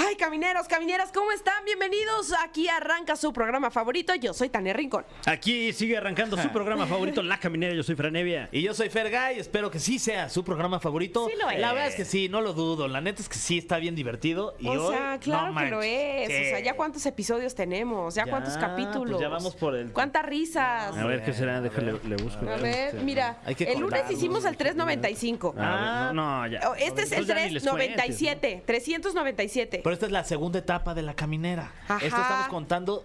Ay, camineros, camineras, ¿cómo están? Bienvenidos. Aquí arranca su programa favorito. Yo soy Tania Rincón. Aquí sigue arrancando su progrevia. programa favorito, La Caminera. Yo soy Franevia. Y yo soy Fergay, espero que sí sea su programa favorito. Sí lo es. La verdad es que sí, no lo dudo. La neta es que sí está bien divertido. Y o hoy, sea, no claro que lo es. O manches. Sí. sea, ya cuántos episodios tenemos, ya, Ya, cuántos capítulos. pues ya vamos por el- Cuántas risas. A ver qué será, déjale, le busco. A ver, mira, Hay que el lunes contarlos, hicimos el hay que 395. Ah, no, no, ya. Oh, Este es el Entonces ya ni les cuentes, 397, 397. Pero esta es la segunda etapa de La Caminera. Ajá. Esto estamos contando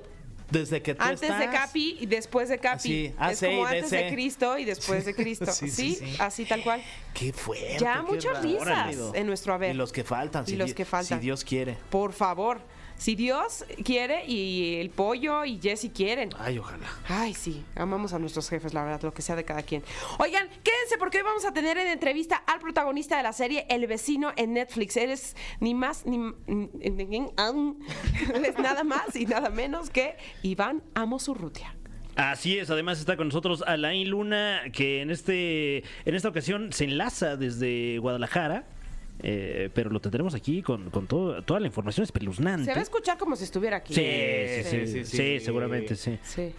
desde que tú Antes estás. de Capi y después de Ah, Capi. Así, es AC, como antes de DC. Cristo y después de Cristo. Sí, Sí, sí, sí. así tal cual. Qué fuerte. Ya qué muchas raro. risas Órale. en nuestro haber. Y los que faltan. Y si los Di- que faltan. Si Dios quiere. Por favor, si Dios quiere y el pollo y Jesse quieren. Ay, ojalá. Ay, sí, amamos a nuestros jefes, la verdad, lo que sea de cada quien. Oigan, quédense porque hoy vamos a tener en entrevista al protagonista de la serie El vecino en Netflix. Eres ni más ni ni- ni- ni- am. Eres nada más y nada menos que Iván Amosurrutia. Así es, además está con nosotros Alain Luna, que en este en esta ocasión se enlaza desde Guadalajara, eh, pero lo tendremos aquí con, con todo- toda la información espeluznante. Se va a escuchar como si estuviera aquí. Sí, sí, sí, sí, Mm, Sí, sí, sí. sí, seguramente sí. Sí.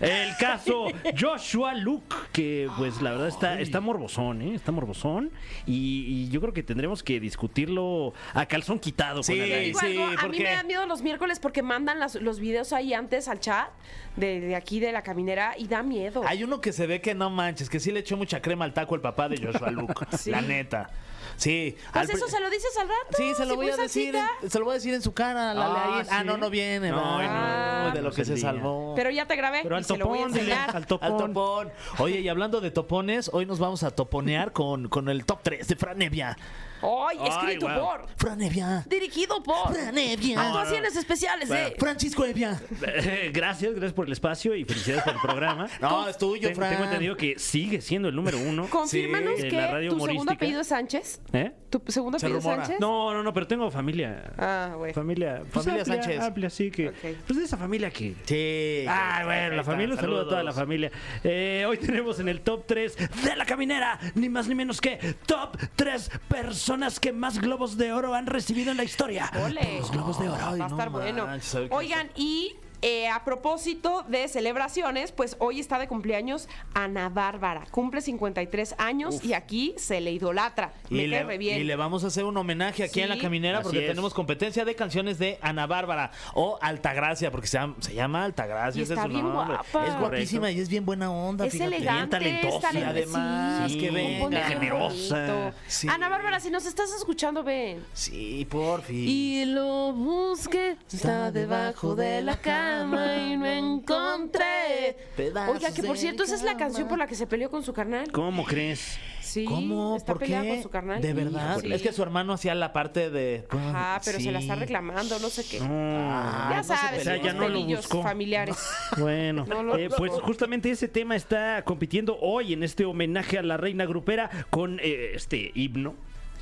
El caso Joshua Luke, que pues la verdad está, está morbosón, ¿eh? Está morbosón. Y, y yo creo que tendremos que discutirlo a calzón quitado. Sí, Te Alain. digo algo, sí, a mí porque- me dan miedo los miércoles porque mandan las- los videos ahí antes al chat de, de aquí de la caminera y da miedo. Hay uno que se ve que no manches, que sí le echó mucha crema al taco el papá de Joshua Luke. Sí. La neta. Sí. Pues al eso pri- se lo dices al rato. Sí, se lo si voy a pulsas decir. eh, cita. en- Se lo voy a decir en su cara. la- la- Ah, ahí- ah, ¿sí? no, no viene. No, va. ay, no, Ay, de no lo que es se el día. salvó. Pero ya te grabé Pero y al se lo voy a topón, dile, enseñar. al topón. Al topón. Oye, y hablando de topones, hoy nos vamos a toponear con, con el top 3 de Fran Evia. Hoy, Ay, escrito guau. por, Fran Evia. dirigido por, Fran Evia. actuaciones especiales de... Francisco Evia. gracias, gracias por el espacio y felicidades por el programa. No, es tuyo, Ten- Fran. Tengo entendido que sigue siendo el número uno. Confírmanos Sí. que En la radio tu segundo humorística. apellido es Sánchez. ¿Eh? ¿Tu segundo Se apellido es rumora. Sánchez? No, no, no, pero tengo familia. Ah, güey. Familia, pues, Familia amplia, Sánchez. amplia, sí que. Ok. Pues de esa familia que. Sí. Ay, Ahí Ah, bueno, la está, familia, un saludo a toda la saludos. familia. Eh, hoy tenemos en el top 3 de la caminera, ni más ni menos que top 3 personas que más globos de oro han recibido en la historia. Ole. Pues Los globos de oro. Ay, Va a no estar bueno. manches, a ver qué Oigan, y eh, a propósito de celebraciones, pues hoy está de cumpleaños Ana Bárbara. Cumple 53 años y aquí se le idolatra. Me Y cae le, re bien. y le vamos a hacer un homenaje aquí Sí. en la caminera Así porque es. tenemos competencia de canciones de Ana Bárbara o Altagracia, porque se llama, se llama Altagracia. Y ese es está su bien nombre. guapa. Es guapísima Correcto. y es bien buena onda. Es fíjate. elegante, Bien talentosa, es talent- además, que un venga. bonito. Generosa. Sí. Ana Bárbara, si nos estás escuchando, ven. Sí, por fin. Y lo busqué, está debajo de la cama y no encontré. Pedazos Oiga, que por de cierto, esa es la cama. canción por la que se peleó con su carnal. ¿Cómo crees? Sí, ¿Cómo? está ¿Por peleada qué? con su carnal. De verdad. Sí. Es que su hermano hacía la parte de. pues, Ajá, pero se la está Sí. reclamando, no sé qué. Ah. No. ya no se sabes, peleó. O sea, ya ya no lo buscó. familiares. Bueno, No lo eh, pues justamente ese tema está compitiendo hoy en este homenaje a la reina grupera con eh, este himno.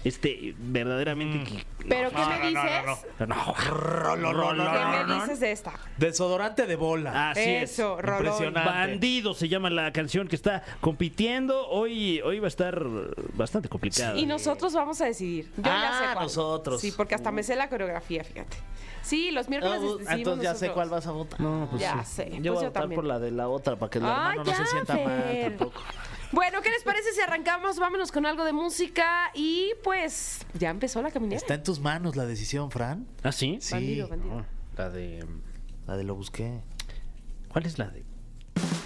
Este, Mm. verdaderamente. que- no, Pero ¿qué me dices? no, no. ¿Qué me dices de esta? Desodorante de Ah, bola. Así es. Eso, Rolón. Impresionante. Bandido se llama la canción que está compitiendo. Hoy, hoy va a estar bastante complicado. Y nosotros vamos a decidir. Yo ya Ah, sé cuál. nosotros. Sí, porque hasta me sé la coreografía, fíjate. Sí, los Ah, miércoles bu- decidimos entonces ya sé nosotros. cuál vas a votar. No, pues Ya sí. sé. yo pues voy yo a votar también. Ah, por la de la otra para que el hermano no se sienta mal Fer. tampoco. Bueno, ¿qué les parece si arrancamos? Vámonos con algo de música y pues ya empezó la caminera. Está en tus manos la decisión, Fran. ¿Ah, sí? Sí. Bandido, bandido. No, la de. La de lo busqué. ¿Cuál es la de?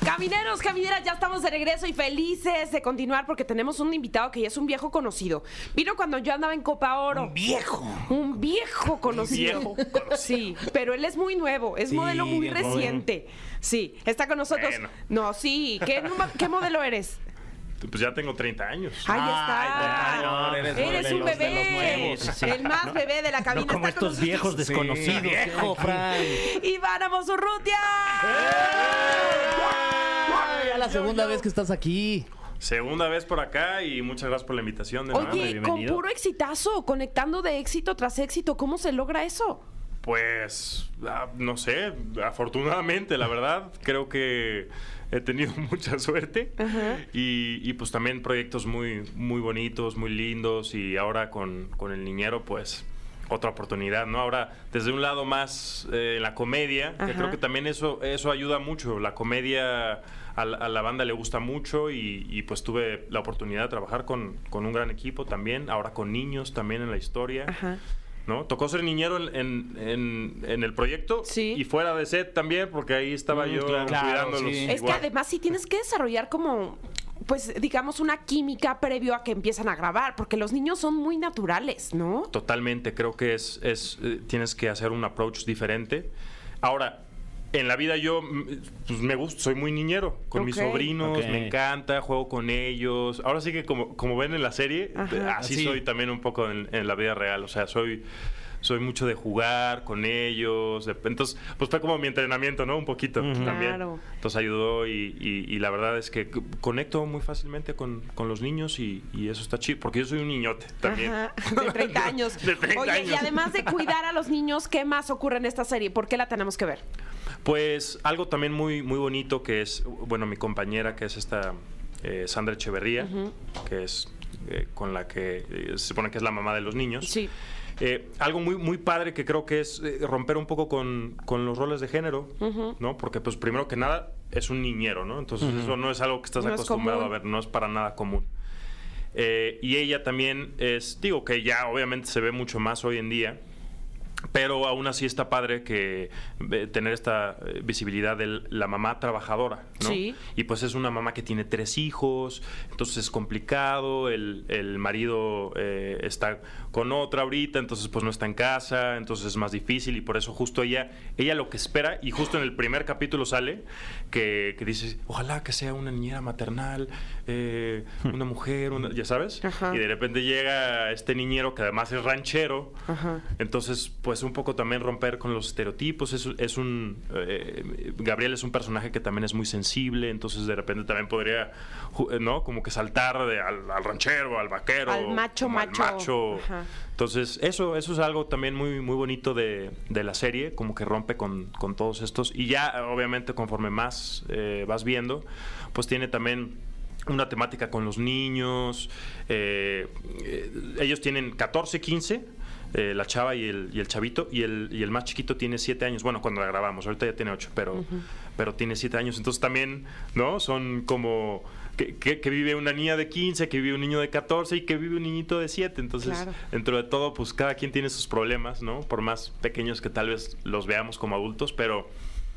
Camineros, camineras, ya estamos de regreso y felices de continuar porque tenemos un invitado que ya es un viejo conocido. Vino cuando yo andaba en Copa Oro. Un viejo. Un viejo conocido. Sí, pero él es muy nuevo, es Sí, modelo muy bien joven. reciente. Sí, está con nosotros. No, sí, ¿qué, numa- qué modelo eres? Pues ya tengo 30 años. Ahí está. Ay, no, eres Eres de un los- de bebé. los nuevos. Sí, sí. El más bebé de la cabina. No como está con estos viejos desconocidos. Viejo, Fran. nosotros. Iván Amozurrutia. Ay, Ya la segunda vez que estás aquí. Segunda vez por acá y muchas gracias por la invitación. De nuevo. Oye, con bienvenido. puro exitazo, conectando de éxito tras éxito, ¿cómo se logra eso? Pues, ah, no sé, afortunadamente, la verdad, creo que he tenido mucha suerte y, y, pues también proyectos muy, muy bonitos, muy lindos y ahora con, con el niñero, pues otra oportunidad, ¿no? Ahora, desde un lado más eh, la comedia, que Ajá. creo que también eso, eso ayuda mucho, la comedia a la, a la banda le gusta mucho y, y, pues tuve la oportunidad de trabajar con, con un gran equipo también, ahora con niños también en la historia. Ajá. ¿no? Tocó ser niñero en, en- en- en el proyecto Sí. y fuera de set también, porque ahí estaba yo claro, claro, cuidándolos. sí. Mm, Es que igual. además sí tienes que desarrollar como, pues digamos, una química previo a que empiezan a grabar, porque los niños son muy naturales, ¿no? Totalmente, creo que es, es eh, tienes que hacer un approach diferente. Ahora, en la vida yo mm, pues, me gusta, soy muy niñero con mis Ok. sobrinos, Ok. me encanta, juego con ellos. Ahora sí que como, como ven en la serie, eh, Ajá. así Así. soy también un poco en, en la vida real. O sea, soy soy mucho de jugar con ellos. de- Entonces, pues fue como mi entrenamiento, ¿no? Un poquito también. Claro. Entonces ayudó y, y- y la verdad es que c- conecto muy fácilmente con, con los niños y, y eso está chido, porque yo soy un niñote también. Ajá, de 30 años. De 30 Oye, y años. además de cuidar a los niños, ¿qué más ocurre en esta serie? ¿Por qué la tenemos que ver? Pues algo también muy, muy bonito que es, bueno, mi compañera que es esta eh, Sandra Echeverría, que es eh, con la que eh, se supone que es la mamá de los niños. Sí. Eh, algo muy, muy padre que creo que es eh, romper un poco con, con los roles de género, ¿no? Porque pues primero que nada es un niñero, ¿no? Entonces eso no es algo que estás No es acostumbrado a común. ver, no es para nada común. Eh, y ella también es, digo que ya obviamente se ve mucho más hoy en día, pero aún así está padre que eh, tener esta eh, visibilidad de la mamá trabajadora, ¿no? Sí. Y pues es una mamá que tiene tres hijos, entonces es complicado, el, el marido eh, está con otra ahorita, entonces pues no está en casa, entonces es más difícil y por eso justo ella, ella lo que espera y justo en el primer capítulo sale que, que dice, ojalá que sea una niñera maternal, eh, una mujer, una-", ya sabes, Ajá. y de repente llega este niñero que además es ranchero, Ajá. entonces, pues un poco también romper con los estereotipos. Es, es un. eh, Gabriel es un personaje que también es muy sensible, entonces de repente también podría, ju- eh, ¿no? Como que saltar de al, al ranchero, al vaquero. Al macho, como al macho. macho. Ajá. Entonces, eso, eso es algo también muy, muy bonito de, de la serie, como que rompe con, con todos estos. Y ya, eh, obviamente, conforme más eh, vas viendo, pues tiene también una temática con los niños. eh, eh, ellos tienen 14, 15, eh, la chava y el, y el chavito, y el, y el más chiquito tiene 7 años. Bueno, cuando la grabamos, ahorita ya tiene 8, pero, pero tiene 7 años. Entonces también, ¿no? Son como... Que, que- que vive una niña de 15, que vive un niño de 14 y que vive un niñito de 7. Entonces, Claro. dentro de todo, pues cada quien tiene sus problemas, ¿no? Por más pequeños que tal vez los veamos como adultos, pero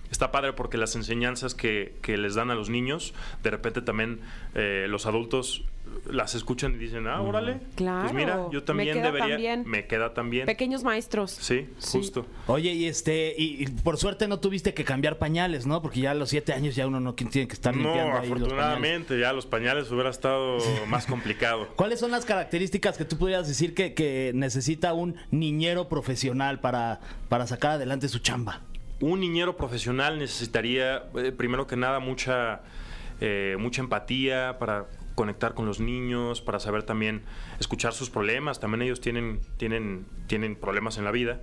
está padre porque las enseñanzas que, que les dan a los niños, de repente también eh, los adultos las escuchan y dicen, ah, órale, Claro, pues mira, me yo también queda debería, también. me queda también. Pequeños maestros. Sí, Sí. justo. Oye, y este, y, y por suerte no tuviste que cambiar pañales, ¿no? Porque ya a los siete años ya uno no qui- tiene que estar limpiando No, ahí los pañales. afortunadamente, ya los pañales hubiera estado más complicado. ¿Cuáles son las características que tú pudieras decir que, que necesita un niñero profesional para, para sacar adelante su chamba? un niñero profesional necesitaría, eh, primero que nada, mucha, eh, mucha empatía para conectar con los niños, para saber también escuchar sus problemas. También ellos tienen, tienen, tienen problemas en la vida.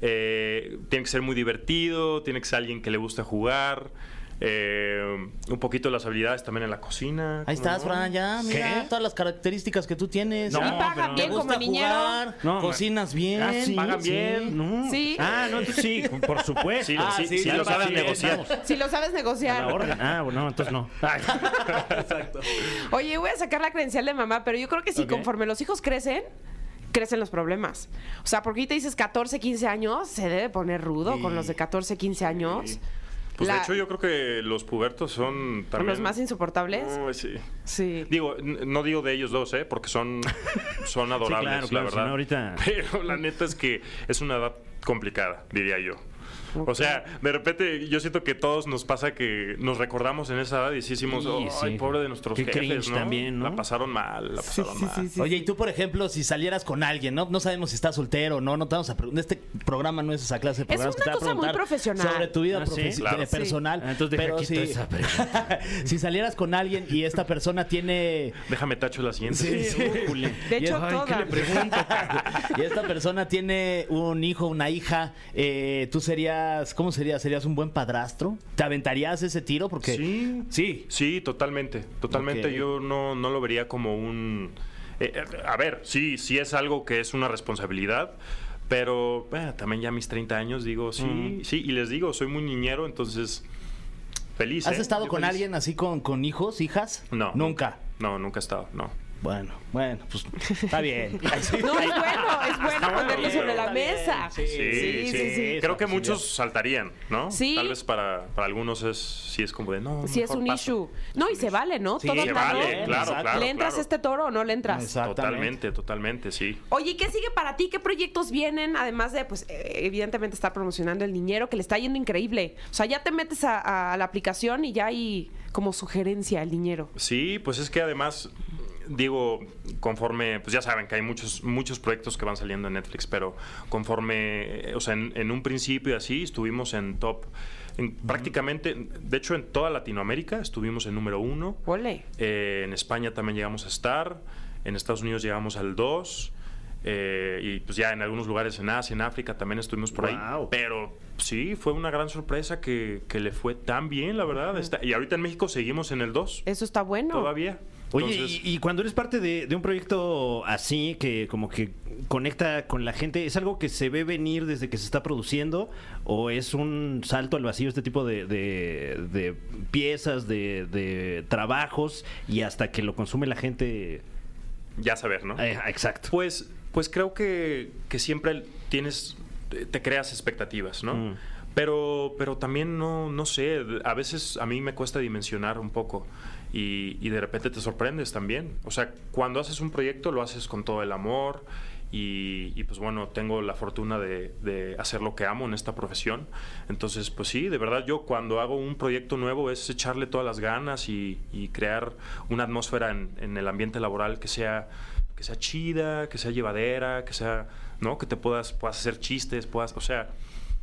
Eh, tiene que ser muy divertido, tiene que ser alguien que le gusta jugar. eh, un poquito las habilidades también en la cocina. Ahí ¿cómo estás, Pues no? Fran, ya, mira ¿Qué? todas las características que tú tienes. No, y pagan pero- Te bien como gusta niñero. jugar, No, cocinas bien. Ah, sí, pagan sí. bien. No. Sí. Ah, no, entonces sí, por supuesto. Sí, lo- Ah, sí, sí, lo sabes negociar. Si lo sabes A la negociar. orden. Ah, bueno, entonces no. Ay. Oye, voy a sacar la credencial de mamá, pero yo creo que sí, Ok. conforme los hijos crecen, crecen los problemas. O sea, porque ahorita dices 14, 15 años, se debe poner rudo con los de 14, 15 años. Pues La- de hecho yo creo que los pubertos son ¿Con también... los más insoportables? Uy, sí. Sí. Digo, n- no digo de ellos dos, ¿eh? Porque son, son adorables, claro, claro, la si no, ahorita- verdad. Pero la neta es que es una edad complicada, diría yo. O sea, de repente yo siento que todos nos pasa que nos recordamos en esa edad y sí hicimos, Sí, ay, sí. pobre de nuestros Qué jefes, cringe ¿no? también, ¿no? La pasaron mal, la pasaron mal. Oye, y tú, por ejemplo, si salieras con alguien, ¿no? No sabemos si estás soltero o no, no te vamos a preguntar. Este programa no es esa clase de Es programas una que te va a cosa muy preguntar profesional. Sobre tu vida Ah, ¿sí? profes- Claro. de- personal. Ah, entonces deja pero quito si, esa pregunta. si salieras con alguien y esta persona tiene. Déjame tacho la siguiente. Újule. De Y hecho, es- todas. Y esta persona tiene un hijo, una hija. eh, ¿Tú serías, cómo serías? ¿Serías un buen padrastro? ¿Te aventarías ese tiro? Porque Sí. sí. Sí, totalmente. Totalmente. Ok. Yo no, no lo vería como un. eh, eh, a ver, sí, sí es algo que es una responsabilidad. Pero bueno, también ya a mis 30 años digo, sí, sí, y les digo, soy muy niñero, entonces feliz. ¿Has ¿eh? estado Yo con feliz. alguien así con, con hijos, hijas? No. Nunca. No, nunca he estado, no. Bueno, bueno, pues está bien. No, es bueno, es bueno ponerlo sobre la Está mesa. sí. Sí, sí, sí, sí. Creo que Sí, muchos saltarían, ¿no? Sí. Tal vez para, para algunos es, sí es como de, no. Sí, es mejor un paso. issue. No, y se vale, ¿no? Sí, Todo se está, ¿no? vale, claro, Exacto. claro. ¿Le entras claro. a este toro o no le entras? Exacto. Exactamente. Totalmente, totalmente, sí. Oye, ¿y ¿qué sigue para ti? ¿Qué proyectos vienen? Además de, pues, eh, evidentemente estar promocionando el niñero, que le está yendo increíble. O sea, ya te metes a, a la aplicación y ya hay como sugerencia el niñero. Sí, pues es que además, digo, conforme, pues ya saben que hay muchos, muchos proyectos que van saliendo en Netflix, pero conforme, eh, o sea, en, en un principio y así estuvimos en top, en prácticamente, de hecho en toda Latinoamérica estuvimos en número uno. Ole. Eh, en España también llegamos a estar. En Estados Unidos llegamos al 2. eh, y pues ya en algunos lugares en Asia, en África también estuvimos por ahí. Guau. Pero sí, fue una gran sorpresa que, que le fue tan bien, la verdad. Está- y ahorita en México seguimos en el 2 Eso está bueno. todavía. Oye, Entonces, y, y cuando eres parte de, de un proyecto así, que como que conecta con la gente, ¿es algo que se ve venir desde que se está produciendo? ¿O es un salto al vacío este tipo de, de- de piezas, de, de trabajos, y hasta que lo consume la gente? ya saber, ¿no? Eh, exacto. Pues, pues creo que, que siempre tienes, te, te creas expectativas, ¿no? Mm. Pero, pero también no, no sé, a veces a mí me cuesta dimensionar un poco y, y de repente te sorprendes también. O sea, cuando haces un proyecto lo haces con todo el amor y, y, pues bueno, tengo la fortuna de, de hacer lo que amo en esta profesión. Entonces, pues sí, de verdad yo cuando hago un proyecto nuevo es echarle todas las ganas y, y crear una atmósfera en, en el ambiente laboral que sea que sea chida, que sea llevadera, que sea, ¿no? Que te puedas, puedas hacer chistes, puedas, o sea,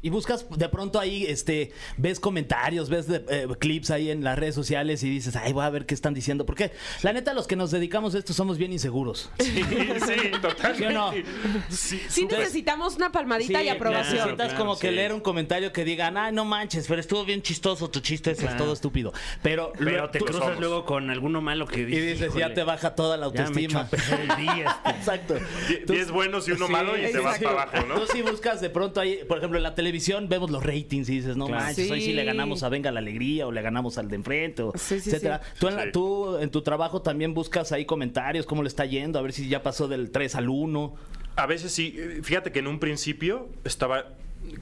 Y buscas de pronto ahí, este, ves comentarios, ves de- eh, clips ahí en las redes sociales y dices, ay, voy a ver qué están diciendo. Porque la neta, los que nos dedicamos a esto somos bien inseguros. Sí, sí, ¿Sí o no? totalmente. Sí, Sí súper. necesitamos una palmadita y Sí, aprobación. Necesitas Claro, claro, como que sí. leer un comentario que digan, ay, no manches, pero estuvo bien chistoso tu chiste, ese es todo estúpido. Pero, Pero luego te tú- cruzas somos. luego con alguno malo que y dices, ya "Híjole, te baja toda la ya me echó autoestima. a perder el día este". Exacto. Die- Tú- diez buenos y uno Sí, malo y te vas exacto. para abajo, ¿no? Tú sí buscas de pronto ahí, por ejemplo, en la televisión vemos los ratings y dices, no Claro. manches, hoy sí le Ah, Sí. ganamos a Venga la Alegría o le ganamos al de enfrente, o Sí, sí, etcétera. Tú, en la- Sí. tú en tu trabajo también buscas ahí comentarios, cómo le está yendo, a ver si ya pasó del 3 al 1. A veces sí, eh, fíjate que en un principio estaba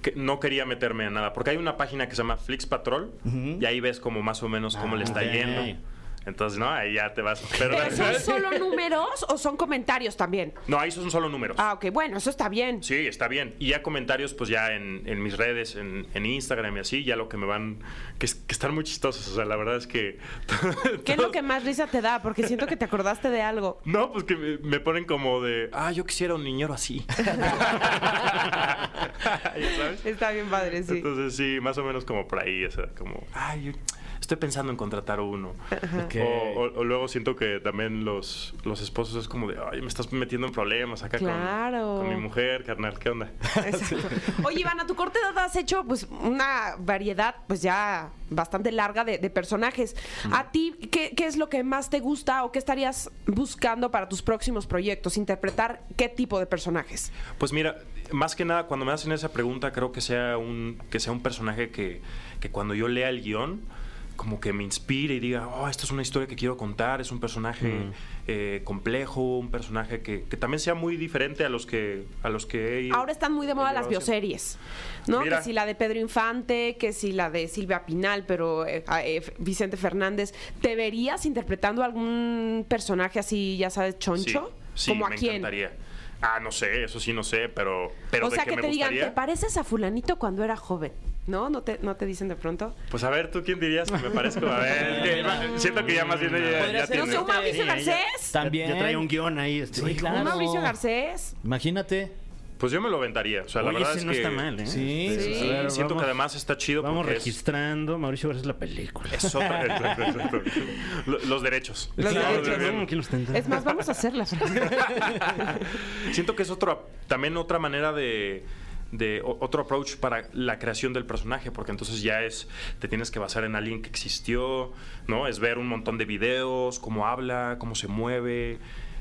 que no quería meterme en nada, porque hay una página que se llama Flix Patrol y ahí ves como más o menos cómo le está ok. yendo. Entonces, no, ahí ya te vas. Pero, ¿Pero son solo números o son comentarios también? no, ahí son solo números. Ah, ok, bueno, eso está bien. Sí, está bien. Y ya comentarios, pues ya en, en mis redes, en, en Instagram y así, ya lo que me van, que, es- que están muy chistosos. O sea, la verdad es que... ¿Qué es lo que más risa te da? Porque siento que te acordaste de algo. No, pues que me, me ponen como de, ah, yo quisiera un niñero así. ¿Ya sabes? Está bien padre, sí. Entonces sí, más o menos como por ahí, o sea, como, ay, yo estoy pensando en contratar uno. Ok. O, o- o luego siento que también los, los esposos es como de, ay, me estás metiendo en problemas acá con- Claro. con, mi mujer, carnal, ¿qué onda? Exacto. Oye, Iván, a tu corta edad has hecho pues una variedad pues ya bastante larga de, de personajes. ¿A ti qué, qué es lo que más te gusta o qué estarías buscando para tus próximos proyectos? ¿Interpretar qué tipo de personajes? Pues mira, más que nada, cuando me hacen esa pregunta, creo que sea un, que sea un personaje que, que cuando yo lea el guión, como que me inspire y diga, oh, esta es una historia que quiero contar, es un personaje eh, complejo, un personaje que, que también sea muy diferente a los que, a los que he Ahora están muy de moda las llevado siempre. bioseries, ¿no? Mira. Que si la de Pedro Infante, que si la de Silvia Pinal, pero eh, a- eh, Vicente Fernández. ¿Te verías interpretando algún personaje así, ya sabes, choncho? Sí, sí, ¿Como me a quién? encantaría. Ah, no sé, eso sí no sé, pero, pero o de sea, que, que, me te digan, gustaría. ¿te pareces a fulanito cuando era joven? ¿No? ¿No te, no te dicen de pronto? Pues a ver, ¿tú quién dirías que me parezco? A ver, que ma- siento que ya más bien ella Podría ya ser tiene. ¿No sé, un Mauricio Sí, Garcés? También. Ya, ya trae un guión ahí. Este. Sí, claro. ¿Un Mauricio Garcés? Imagínate. Pues yo me lo aventaría. O sea, la Oye, verdad ese es no que está mal, ¿eh? Ah, Sí, Sí, Sí. A ver, siento vamos- que además está chido Vamos porque es, registrando Mauricio Garcés la película. es otra- exacto, exacto. Lo- los derechos. Los Claro, derechos. bien. Mm, aquí los tendrá. Es más, vamos a hacerla. Fran. Siento que es otro, también otra manera de, de o- otro approach para la creación del personaje, porque entonces ya es, te tienes que basar en alguien que existió, ¿no? Es ver un montón de videos, cómo habla, cómo se mueve,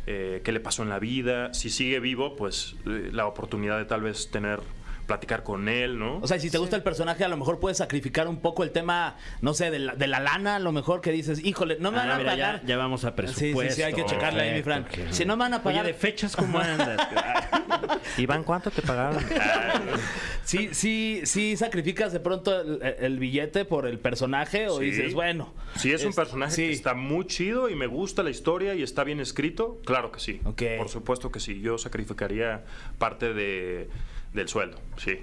eh, qué le pasó en la vida. Si sigue vivo, pues eh, la oportunidad de tal vez tener, platicar con él, ¿no? O sea, si te gusta el personaje, a lo mejor puedes sacrificar un poco el tema, no sé, de la, de la lana, a lo mejor que dices, híjole, no me van Ah, a mira, pagar. ya, ya vamos a sí, presupuesto. sí, hay que checarle ahí, mi Fran. Perfecto, ok. Si no me van a pagar- Oye, de fechas, ¿cómo andas? Iván, ¿cuánto te pagaron? Ah, Sí, sí, sí, sacrificas de pronto el, el billete por el personaje o Sí. dices, bueno. Si es un es- personaje sí. que está muy chido y me gusta la historia y está bien escrito, claro que sí. Ok. Por supuesto que sí. Yo sacrificaría parte de, del sueldo, sí.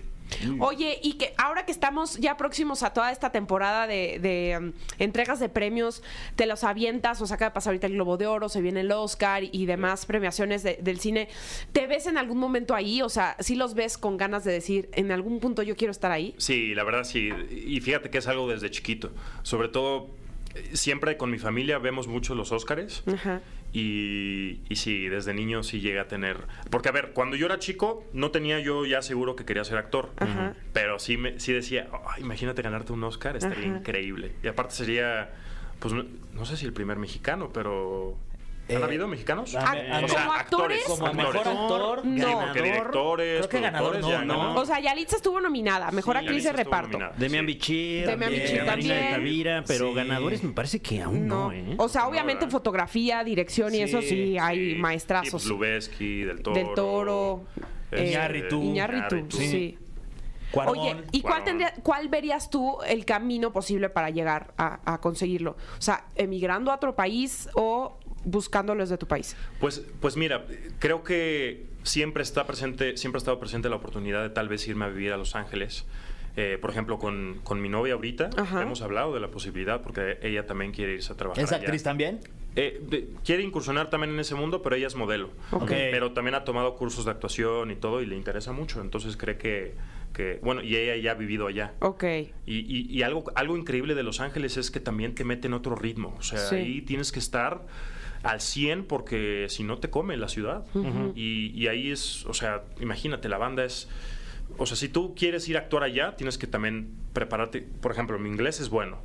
Oye, y que ahora que estamos ya próximos a toda esta temporada de, de, um, entregas de premios, te los avientas, o sea, acaba de pasar ahorita el Globo de Oro, se viene el Oscar y demás premiaciones de- del cine. ¿Te ves en algún momento ahí? O sea, ¿sí los ves con ganas de decir, en algún punto yo quiero estar ahí? Sí, la verdad sí. Y fíjate que es algo desde chiquito. Sobre todo, eh, siempre con mi familia vemos mucho los Óscares. Ajá. Y, y sí, desde niño sí llegué a tener. Porque, a ver, cuando yo era chico, no tenía yo ya seguro que quería ser actor. Ajá. Pero sí, me, sí decía, "Ay, imagínate ganarte un Oscar, estaría Ajá. increíble. Y aparte sería, pues no, no sé si el primer mexicano, pero. Eh, ¿Han habido mexicanos? a- a- o sea, Ah, ¿como actores? actores. Como actores. mejor actor, No. Sí, ganador. porque directores, Creo que ganador, productores, no, ya ¿no? ganó. O sea, Yalitza estuvo nominada, mejor Sí, actriz Yalitza de estuvo reparto. nominada, Demian sí. Bichir, Demian también, Bichir Marina de también. Tavira, pero Sí. ganadores me parece que aún no, No. ¿eh? O sea, No, obviamente ¿verdad? fotografía, dirección y eso sí hay Sí, maestrazos. y Lubeski, del Toro. del Toro, eh, este, Iñárritu. Iñárritu, Iñárritu. sí. Cuarón. Oye, ¿y cuál Cuarón. tendría, cuál verías tú el camino posible para llegar a, a conseguirlo? O sea, emigrando a otro país o buscándolos de tu país. Pues, pues mira, creo que siempre está presente, siempre ha estado presente la oportunidad de tal vez irme a vivir a Los Ángeles. Eh, por ejemplo, con, con mi novia ahorita Ajá. hemos hablado de la posibilidad porque ella también quiere irse a trabajar. ¿Es allá. actriz también? Eh, de- quiere incursionar también en ese mundo, pero ella es modelo. Eh, Ok. Pero también ha tomado cursos de actuación y todo y le interesa mucho. Entonces cree que, que- bueno, y ella ya ha vivido allá. Ok. Y, y- y algo, algo increíble de Los Ángeles es que también te meten otro ritmo. O sea, Sí. ahí tienes que estar al 100 porque si no te come la ciudad. y, y ahí es, o sea, imagínate, la banda es... O sea, si tú quieres ir a actuar allá, tienes que también prepararte. Por ejemplo, mi inglés es bueno,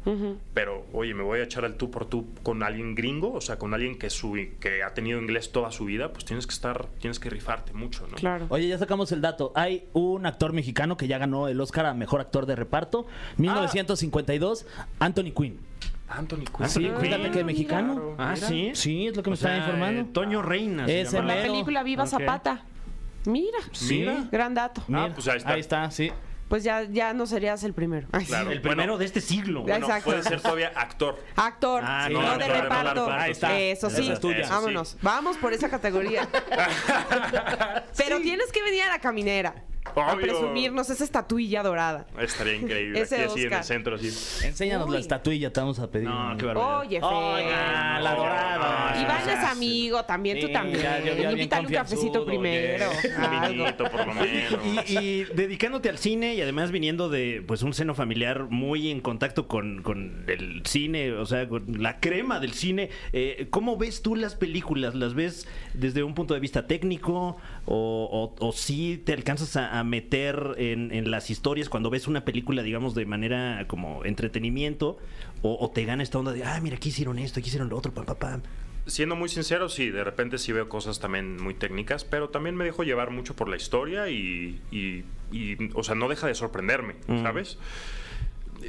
pero oye, me voy a echar al tú por tú con alguien gringo, o sea, con alguien que, su, que ha tenido inglés toda su vida, pues tienes que estar, tienes que rifarte mucho, ¿no? Claro. Oye, ya sacamos el dato. Hay un actor mexicano que ya ganó el Oscar a mejor actor de reparto, Ah. 1952, Anthony Quinn. Anthony Quinn. Sí, Quinn. pues, fíjate que mexicano. Ah, sí. Sí, es lo que me O sea, estaba informando. eh, Toño Reina. Ese En la mero. película Viva Ok. Zapata. Mira. Sí. Mira. Gran dato. Ah, pues ahí está. Ahí está, sí. Pues ya, ya no serías el primero. Ay, sí. Claro. El primero Bueno. de este siglo. Ya No, Exacto. puede ser todavía actor. Actor, Ah, no, no, de actor, no de reparto. reparto. Ahí está. Eso sí, Esa es tuya. vámonos. Eso Vamos por esa categoría. Pero tienes que venir a la caminera a Obvio. presumirnos esa estatuilla dorada. Estaría increíble. Ese Aquí así en Oscar. el centro, así. Enséñanos Uy. la estatuilla, te vamos a pedir. No, qué barbaridad. Oye, Fer. Oiga, la Ah, dorada. Iván O sea, es amigo, también tú Sí, también. ya, yo ya bien Invítale un cafecito confianzudo, primero. Un algo. vinito, por lo menos. Y, y dedicándote al cine y además viniendo de pues un seno familiar muy en contacto con, con el cine, o sea, con la crema del cine, eh, ¿cómo ves tú las películas? ¿Las ves desde un punto de vista técnico o, o, si te alcanzas a, a meter en, en las historias cuando ves una película, digamos, de manera como entretenimiento o, o te gana esta onda de, ah, mira, aquí hicieron esto, aquí hicieron lo otro, pam, pam, pam? Siendo muy sincero, sí, de repente sí veo cosas también muy técnicas, pero también me dejo llevar mucho por la historia y, y- y, o sea, no deja de sorprenderme, Mm. ¿sabes?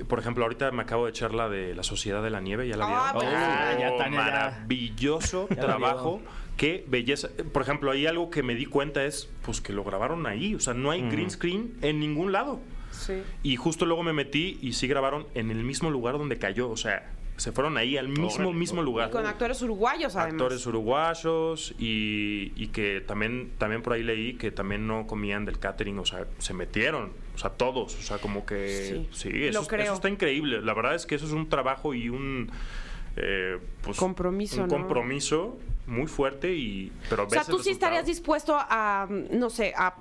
Por ejemplo, ahorita me acabo de echar la de La Sociedad de la Nieve, ¿ya la vieron? Ah, buenísima. Oh, Ya, Tania, ya. maravilloso Ya la trabajo, qué belleza. Por ejemplo, ahí algo que me di cuenta es, pues que lo grabaron ahí, o sea, no hay Mm. green screen en ningún lado. Sí. Y justo luego me metí y sí grabaron en el mismo lugar donde cayó. O sea, Se fueron ahí al mismo, Órale. mismo lugar. Con actores uruguayos, además. actores uruguayos y, y que también también por ahí leí que también no comían del catering, o sea, se metieron, o sea, todos, o sea, como que Sí, sí, lo eso, es- creo. eso está increíble. La verdad es que eso es un trabajo y un eh, pues, Compromiso, un ¿no? compromiso muy fuerte y pero O sea, ves el tú sí estarías resultado. dispuesto a, no sé, a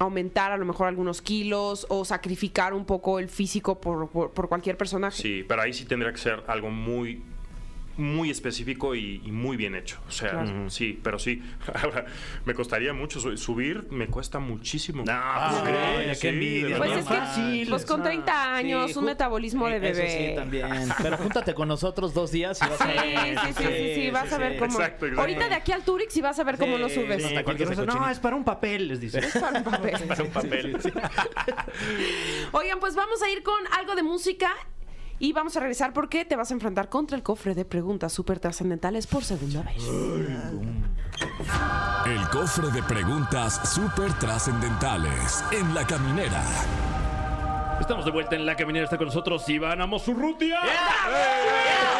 aumentar a lo mejor algunos kilos o sacrificar un poco el físico por, por- por cualquier personaje. Sí, pero ahí sí tendría que ser algo muy muy específico y, y muy bien hecho. O sea, Claro. sí, pero sí. Ahora, me costaría mucho su- subir, me cuesta muchísimo. No, Ah, pues, ¿crees? mira, qué Sí, de envidia. Pues verdad. es que, fácil. pues con 30 años, Sí, un ju- metabolismo de eh, eso bebé. sí, también. Pero júntate con nosotros dos días y vas a Sí, ver. sí, sí, sí, sí, vas a ver cómo. Exacto, exacto. Ahorita de aquí al Turix y vas a ver cómo Sí, lo subes. sí. Sí, cualquier cosa, no, es para un papel, les dice. Para un papel. Para un papel. Oigan, pues vamos a ir con algo de música y vamos a regresar porque te vas a enfrentar contra el cofre de preguntas súper trascendentales por segunda vez. El cofre de preguntas súper trascendentales en la caminera. Estamos de vuelta en la caminera. Está con nosotros Iván Amosurrutia. ¡Eh!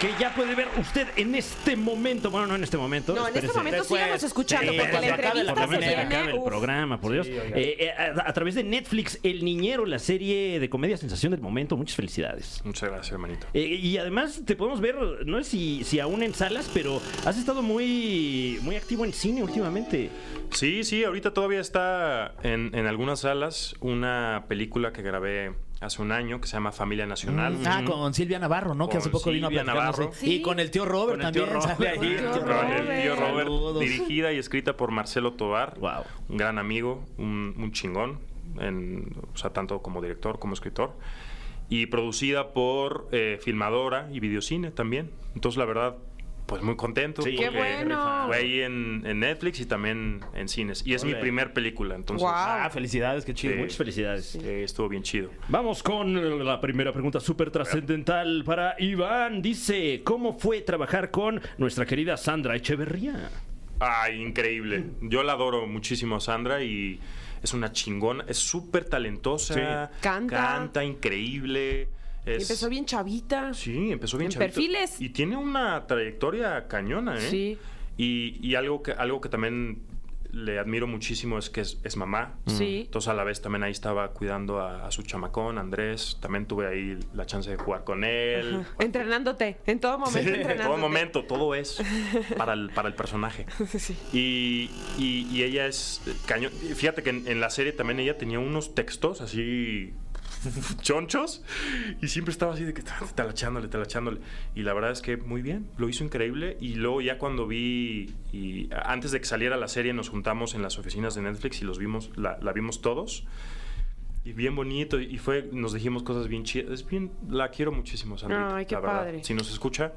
Que ya puede ver usted en este momento. Bueno, no en este momento. No, en este espérese. momento síganos escuchando Sí, porque la cuando acabe entrevista programa, se cuando acabe viene. el uf. programa, por Dios. Eh, eh, a, a través de Netflix, El Niñero, la serie de comedia sensación del momento. Muchas felicidades. Muchas gracias, hermanito. Eh, y además te podemos ver, no sé si, si aún en salas, pero has estado muy, muy activo en cine últimamente. Sí, sí, ahorita todavía está en, en algunas salas una película que grabé hace un año que se llama Familia Nacional. Ah, con Silvia Navarro, ¿no? que hace Con poco vino a Silvia platicarnos. Navarro. sí. Y Sí. con el tío Robert Con el tío también. Robert, sale ahí. con el tío tío Robert, Saludos. dirigida y escrita por Marcelo Tobar, Wow. un gran amigo, un, un chingón, en- o sea, tanto como director como escritor, y producida por eh, Filmadora y Videocine también. Entonces, la verdad, pues muy contento. Sí. ¡Qué porque bueno! Fue ahí en, en Netflix y también en cines. Y es mi Ole. primer película, entonces Guau. Ah, felicidades, qué chido. Sí. Muchas felicidades. eh, estuvo bien chido. Vamos con la primera pregunta súper trascendental para Iván. Dice, ¿cómo fue trabajar con nuestra querida Sandra Echeverría? Ay, Ah, increíble. Yo la adoro muchísimo a Sandra y es una chingona, es súper talentosa, Sí. Canta. canta increíble. es- Empezó bien chavita. Sí, empezó bien En chavito. perfiles. Y tiene una trayectoria cañona, ¿eh? Sí. Y, y algo, que, algo que también le admiro muchísimo es que es, es mamá. Mm. Sí. Entonces, a la vez también ahí estaba cuidando a, a su chamacón, Andrés. También tuve ahí la chance de jugar con él. Entrenándote, en todo momento En entrenándote. todo momento, todo es para el, para el personaje. Sí. Y, y- y ella es cañón. Fíjate que en, en la serie también ella tenía unos textos así chonchos y siempre estaba así de que talachándole, talachándole. Y la verdad es que muy bien, lo hizo increíble. Y luego ya cuando vi, y antes de que saliera la serie nos juntamos en las oficinas de Netflix y los vimos, la, la vimos todos. Y bien bonito, y fue, nos dijimos cosas bien chidas. Es bien, la quiero muchísimo, Sandrita. Ay, qué la verdad. padre. Si nos escucha,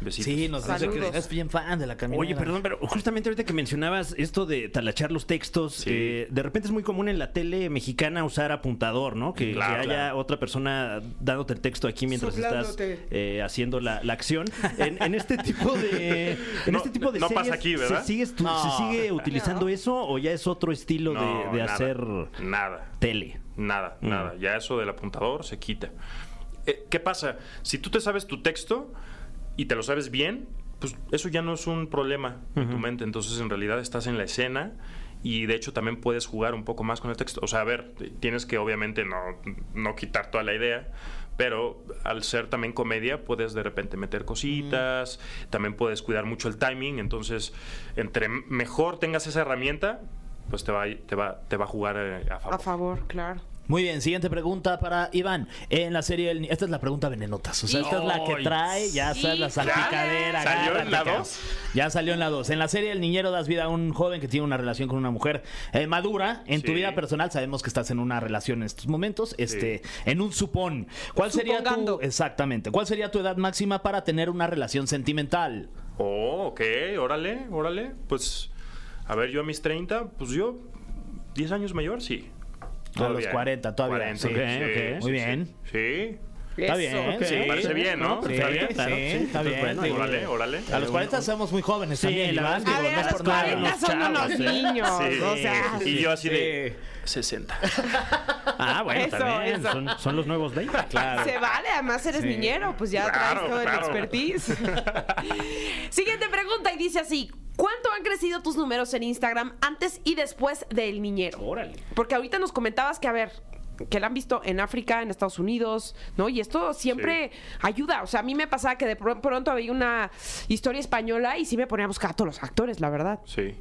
besitos. Sí, nos dice Saludos. que eres bien fan de la caminera. Oye, perdón, pero justamente ahorita que mencionabas esto de talachar los textos, Sí. eh, de repente es muy común en la tele mexicana usar apuntador, ¿no? Que, Claro, que haya claro. otra persona dándote el texto aquí mientras estás eh, haciendo la, la acción. En, en este tipo de, en No, este tipo de no pasa series, aquí, ¿verdad? ¿se sigue, estu- No. ¿se sigue utilizando eso o ya es otro estilo de- No, de, nada, hacer Nada. tele? Nada, Mm. nada. Ya eso del apuntador se quita. Eh, ¿Qué pasa? Si tú te sabes tu texto y te lo sabes bien, pues eso ya no es un problema en tu mente. Entonces, en realidad estás en la escena y de hecho también puedes jugar un poco más con el texto. O sea, a ver, t- tienes que obviamente no, no quitar toda la idea. Pero al ser también comedia, puedes de repente meter cositas, también puedes cuidar mucho el timing. Entonces, entre mejor tengas esa herramienta, pues te va, te va, te va a jugar eh, a favor. A favor, claro. Muy bien, siguiente pregunta para Iván. En la serie del ni- Esta es la pregunta venenotas. O sea, esta es la que Ay. trae, ya sabes, la Híjole. salpicadera. ¿Salió en agárrate, la cabrón. dos? Ya salió en la 2. En la serie El Niñero das vida a un joven que tiene una relación con una mujer eh, madura. En tu Sí. vida personal sabemos que estás en una relación en estos momentos, este, en un supón. ¿Cuál sería tu Supongando. Exactamente. ¿Cuál sería tu edad máxima para tener una relación sentimental? Oh, ok, órale, órale. Pues, a ver, yo a mis 30, pues yo, 10 años mayor, sí. A los 40 todavía, sí. sí, Ok, ok. Muy bien. Sí. Está bien, Eso. ¿eh? Ok. Sí, parece bien, ¿no? Sí, Está bien. claro, sí, sí, está pues bien. bueno, digo, Órale, órale. a los 40 somos muy jóvenes Sí, también, la Iván, verdad A digo, ver, no a es los por nada. 40 son chavos, unos ¿eh? niños. Sí. O sea, Y yo así de Sí. 60. Ah, bueno, Eso, también. eso. Son, son los nuevos 20. Claro. Se vale, además eres niñero, pues ya traes Claro, todo claro. el expertise. Siguiente pregunta y dice así: ¿Cuánto han crecido tus números en Instagram antes y después del niñero? Órale. Porque ahorita nos comentabas que, a ver, que la han visto en África, en Estados Unidos, ¿no? Y esto siempre ayuda. O sea, a mí me pasaba que de pr- pronto había una historia española y sí me ponía a buscar a todos los actores, la verdad. Sí.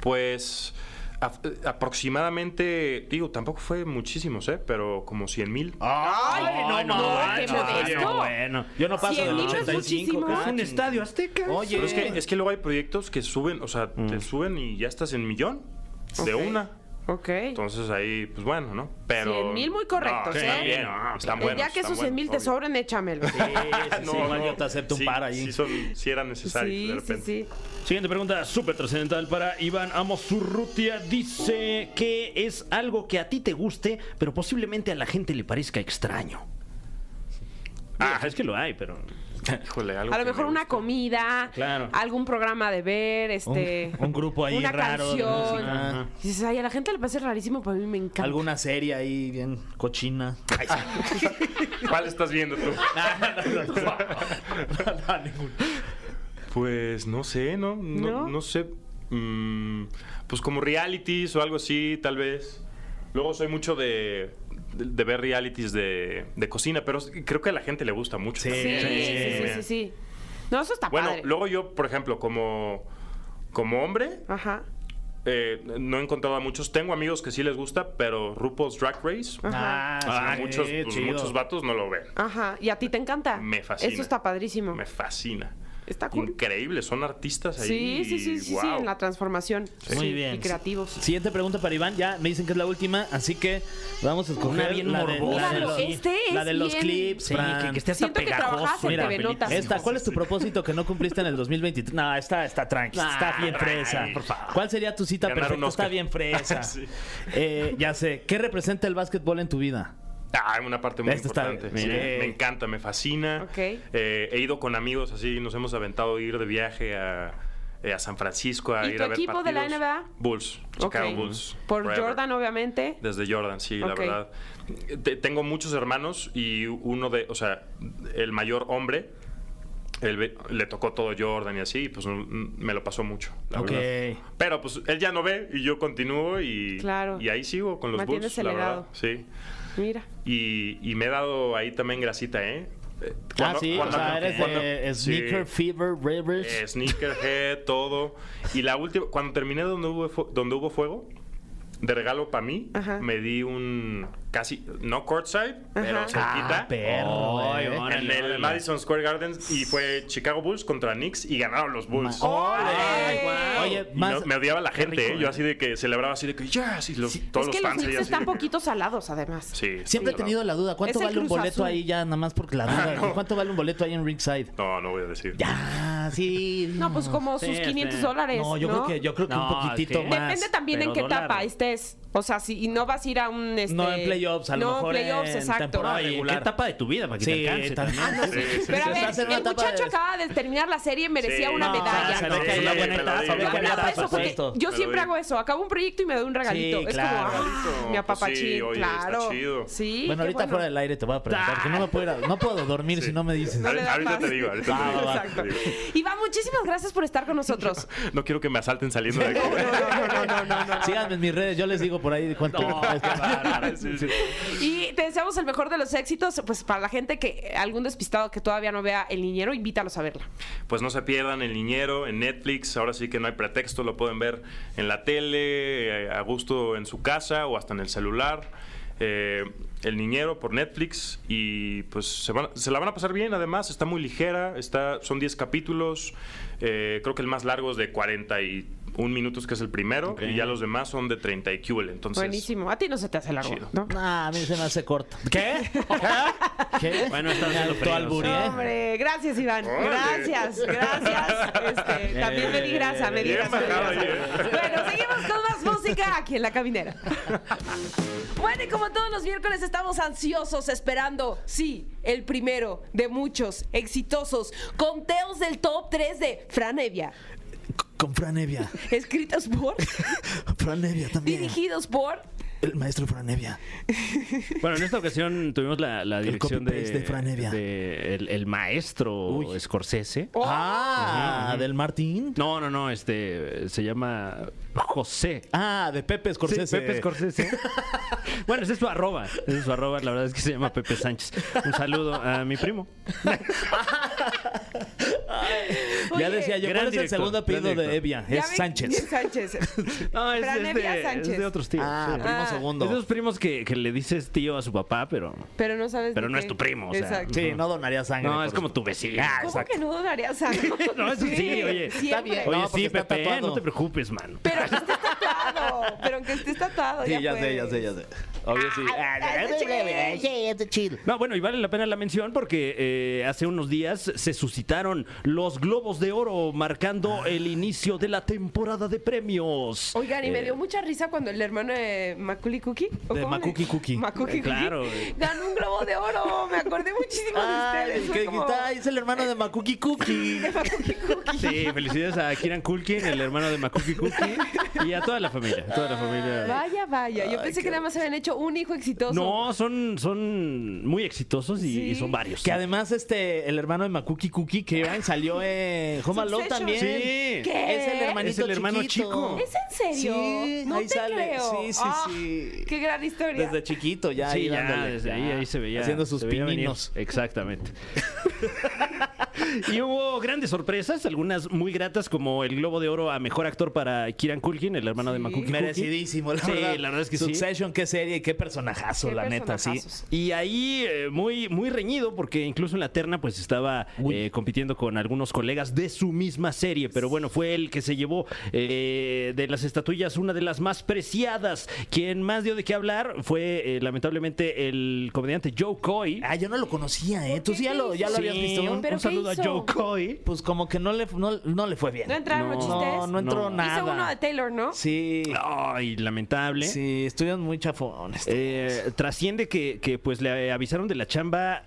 Pues af- eh, aproximadamente, digo, tampoco fue muchísimos, ¿eh? Pero como 100 mil. Ah. Ay, no, qué modesto. bueno. Yo no paso de Cien los niños es 85. muchísimo. casi. Es un estadio azteca. Oye, Pero es que, es que luego hay proyectos que suben, o sea, Mm. te suben y ya estás en millón de Ok. una. Ok. Entonces ahí, pues bueno, ¿no? Pero. 100,000 muy correctos, No, están ¿eh? bien, No, están El buenos. día que están esos 100 mil te buenos, obvio. sobren, échamelo. Sí, sí, igual yo te acepto un Sí, par ahí. Sí, son, sí eran necesarios pues, de Sí, sí, repente. sí. Siguiente pregunta, súper trascendental para Iván Amosurrutia. Dice que es algo que a ti te guste, pero posiblemente a la gente le parezca extraño. Ah, es que lo hay, pero. Híjole, algo A lo que me mejor una gusta. comida, Claro. algún programa de ver, este, Un- un grupo ahí una raro de canción. música. Ajá. Y dices, ay, a la gente le parece rarísimo, pero a mí me encanta. Alguna serie ahí bien cochina. Ay, sí. ¿Cuál estás viendo tú? No, no, no, ninguna. Pues no sé, no, no, ¿No? no sé. Mm, pues como realities o algo así, tal vez. Luego soy mucho de, de, de ver realities de, de cocina, pero creo que a la gente le gusta mucho. Sí, Sí, también. sí, sí, sí, sí, sí. No, eso está Bueno, Ah, padre. luego yo, por ejemplo, como, como hombre, Ajá. eh, no he encontrado a muchos. Tengo amigos que sí les gusta, pero RuPaul's Drag Race, Ah, sí, a muchos, sí, pues, chido. muchos vatos no lo ven. Ajá, y a ti te encanta. Me fascina. Eso está padrísimo. Me fascina. Está cool. Increíble, son artistas ahí. Sí, sí, sí, sí, sí, guau. en la transformación. Muy Sí, bien. Y creativos. Siguiente pregunta para Iván. Ya me dicen que es la última, así que vamos a escoger Una bien la, de, la, morbosa, de los, Claro, este es la de los bien- clips. Sí, Fran. que, que esté hasta Siento que trabajas pegajoso. en Mira, TV película. Notas. Esta, ¿cuál es tu propósito que no cumpliste en el 2023? No, está, está tranqui, está bien fresa. por favor. ¿Cuál sería tu cita Ganar un perfecta? Oscar. Está bien fresa. Sí. Eh, ya sé. ¿Qué representa el básquetbol en tu vida? Ah, una parte muy Esto está- importante. mira. Sí, me encanta, me fascina. Ok. Eh, he ido con amigos así, nos hemos aventado a ir de viaje a, eh, a San Francisco a ¿Y ir tu a ver equipo de la partidos. NBA? Bulls, Chicago Ok. Bulls. Por forever. Jordan, obviamente. Desde Jordan, sí, la Ok. verdad. Te- tengo muchos hermanos y uno de, o sea, el mayor hombre, él ve- le tocó todo Jordan y así, y pues mm, me lo pasó mucho, la Ok. verdad. Pero pues él ya no ve y yo continúo y, Claro. y ahí sigo con los Mantienes Bulls, el la legado. verdad. Sí. Mira. Y, y me he dado ahí también grasita, ¿eh? Eh, ah, cuando- sí, cuando- o sea, eres cuando- de sí. Sneaker Fever Rivers. Eh, Sneakerhead, todo. Y la última, cuando terminé donde hubo, fu- donde hubo fuego, de regalo para mí, Ajá. me di un casi, no courtside, pero cerquita. Ah, perro. Ay, eh. bueno. en Órale, órale. el Madison Square Garden y fue Chicago Bulls contra Knicks y ganaron los Bulls. oh, Ay, ¡Ole! guau. Oye, Y no- más, me odiaba la Qué gente, rico, ¿eh? yo eh. así de que celebraba así de que yes, y los, es todos los que los fans ahí Knicks así están de que- poquito salados, además. Sí, siempre he sí, la tenido verdad. la duda. ¿Cuánto Es el vale un Cruz boleto Azul. ahí ya? Nada más porque la duda. no. ¿Cuánto vale un boleto ahí en Ringside? No, no voy a decir. Ya, sí. No, pues como Sí, sus sí. 500 dólares. No, yo creo que, yo creo que No, un poquitito sí. más. Depende también en pero qué dólar. etapa estés. O sea, si y no vas a ir a un. Este, No en playoffs, a lo no mejor playoffs, en exacto. temporada Ay, ¿en regular. ¿Qué etapa de tu vida para que Sí, te alcance? también. también? Ah, Sí, sí, sí, Pero a sí. Estás en ver, una el etapa muchacho de- acaba de terminar la serie y merecía Sí. una No, medalla. o sea, ¿no? no, Yo sí, una me buena la etapa, doy, me una buena la doy. hago etapa, eso porque supuesto. yo Pero siempre oye. hago eso. Acabo un proyecto y me doy un regalito. es claro. como, ah, Regalito, mi pues apapachín, sí, oye, está claro. chido. Sí. Bueno, qué ahorita fuera del aire te voy a preguntar, que no me puedo ir a- no puedo dormir si no me dices. No le da Ahorita paz. te digo, ahorita te Va, digo, va, va. ahorita te digo. Iván, muchísimas gracias por estar con nosotros. No quiero que me asalten saliendo de aquí. Síganme en mis redes, yo les digo por ahí cuánto. Sí, sí. Y te deseamos el mejor de los éxitos. Pues para la gente que algún despistado que todavía no vea el niñero, invítalos a verla. Pues no se pierdan El Niñero en Netflix. Ahora sí que no hay pretexto, lo pueden ver en la tele, eh, a gusto en su casa o hasta en el celular. Eh, el Niñero por Netflix y pues se, van- se la van a pasar bien además, está muy ligera, está, son 10 capítulos, eh, creo que el más largo es de 41 minutos que es el primero y ya los demás son de 30 y QL, entonces Buenísimo. A ti no se te hace largo, Chido. ¿no? Nah, a mí se me hace corto. ¿Qué? ¿Qué? Bueno, estás Me haciendo auto frío, albureé. sí. Hombre, gracias, Iván. Órale. Gracias, gracias. Este, también me di grasa, me di Bien grasa, me di bajado grasa. ahí, ¿eh? Bueno, seguimos con más música aquí en la caminera. Bueno, y como todos los miércoles estamos ansiosos esperando, sí, el primero de muchos exitosos conteos del top 3 de Fran Evia, Con Fran Evia. escritos por, Fran Evia también. dirigidos por... El maestro Fran Evia. Bueno, en esta ocasión tuvimos la, la dirección de, copy-paste de Fran Evia. de el, el maestro Scorsese. Oh, Ah, del Martín. No, no, no, este se llama José. Ah, de Pepe Scorsese. Sí, Pepe Scorsese. bueno, ese es su arroba. Ese es su arroba, la verdad es que se llama Pepe Sánchez. Un saludo a mi primo. Ya decía yo, gran ¿cuál es el director, segundo apellido gran de director. Evia? ya Es ven- Sánchez. Sánchez. No, es, Fran es Evia de, Sánchez. es de otros tíos. Ah, sí. primo Ah. Es de esos segundo. primos que, que le dices tío a su papá, pero. Pero no sabes. Pero de no qué. es tu primo, o sea, Exacto. Sí, no donaría sangre. No, es por como tu vecina. ¿Cómo que no donaría sangre? No, eso sí, oye. Está siempre. bien. Oye, No, porque sí, está Pepe, tatuado. no te preocupes, mano. Pero que estés tatuado. Pero que estés tatuado. Sí, ya sé, Oh, fue. ya sé, ya sé. Obvio sí. Ah, está chido. No, bueno, y vale la pena la mención porque eh, hace unos días se suscitaron los Globos de Oro, marcando el inicio de la temporada de premios. Oigan, y me Eh, dio mucha risa cuando el hermano de Macaulay Cookie. ¿o cómo De le- Macuki Cookie. Macuki Eh, claro, Cookie. eh. Ganó un globo de oro. Me acordé muchísimo Ay, de ustedes. Fue que como- está, es el hermano de Makuki Cookie. de Macuki Cookie. Sí, felicidades a Kiran Kulkin, el hermano de Makuki Kulkin, y a toda la familia. a toda la familia. Vaya, vaya. Yo pensé que nada más habían hecho un hijo exitoso. No, son, son muy exitosos y, Sí. y son varios. Que además, este, el hermano de Makuki Cookie, que ay, salió en Home Alone Succession. también. ¿Qué? Sí. Es el hermanito Es el hermano chiquito. chico. ¿Es en serio? Sí, no ahí te sale. creo. Sí, sí, Ah, sí. Qué gran historia. Desde chiquito ya. Sí, ahí ya, dándole, desde ya. ahí, ahí se veía. Haciendo sus se veía venir. pininos. Exactamente. y hubo grandes sorpresas, algunas muy gratas, como el Globo de Oro a Mejor Actor para Kiran Kulkin, el hermano de Sí. Makuki. Merecidísimo, la Sí, verdad. la verdad es que sí. Succession, qué serie, qué personajazo, Qué la neta, sí. personajazos. Y ahí eh, muy, muy reñido, porque incluso en la terna pues estaba eh, compitiendo con algunos colegas de su misma serie, pero bueno, fue el que se llevó eh, de las estatuillas una de las más preciadas. Quien más dio de qué hablar fue eh, lamentablemente el comediante Joe Coy. Ah, yo no lo conocía, ¿eh? ¿Tú qué? sí ya lo, ya lo Sí, habías visto? Un, ¿Pero un saludo qué a hizo? Joe Coy. Pues como que no le, no, no le fue bien. ¿No entraron los No, chistes? no, no entró no. nada. Hizo uno de Taylor, ¿no? Sí, Ay, lamentable. sí, estuvieron muy chafones. Eh, trasciende que, que, pues le avisaron de la chamba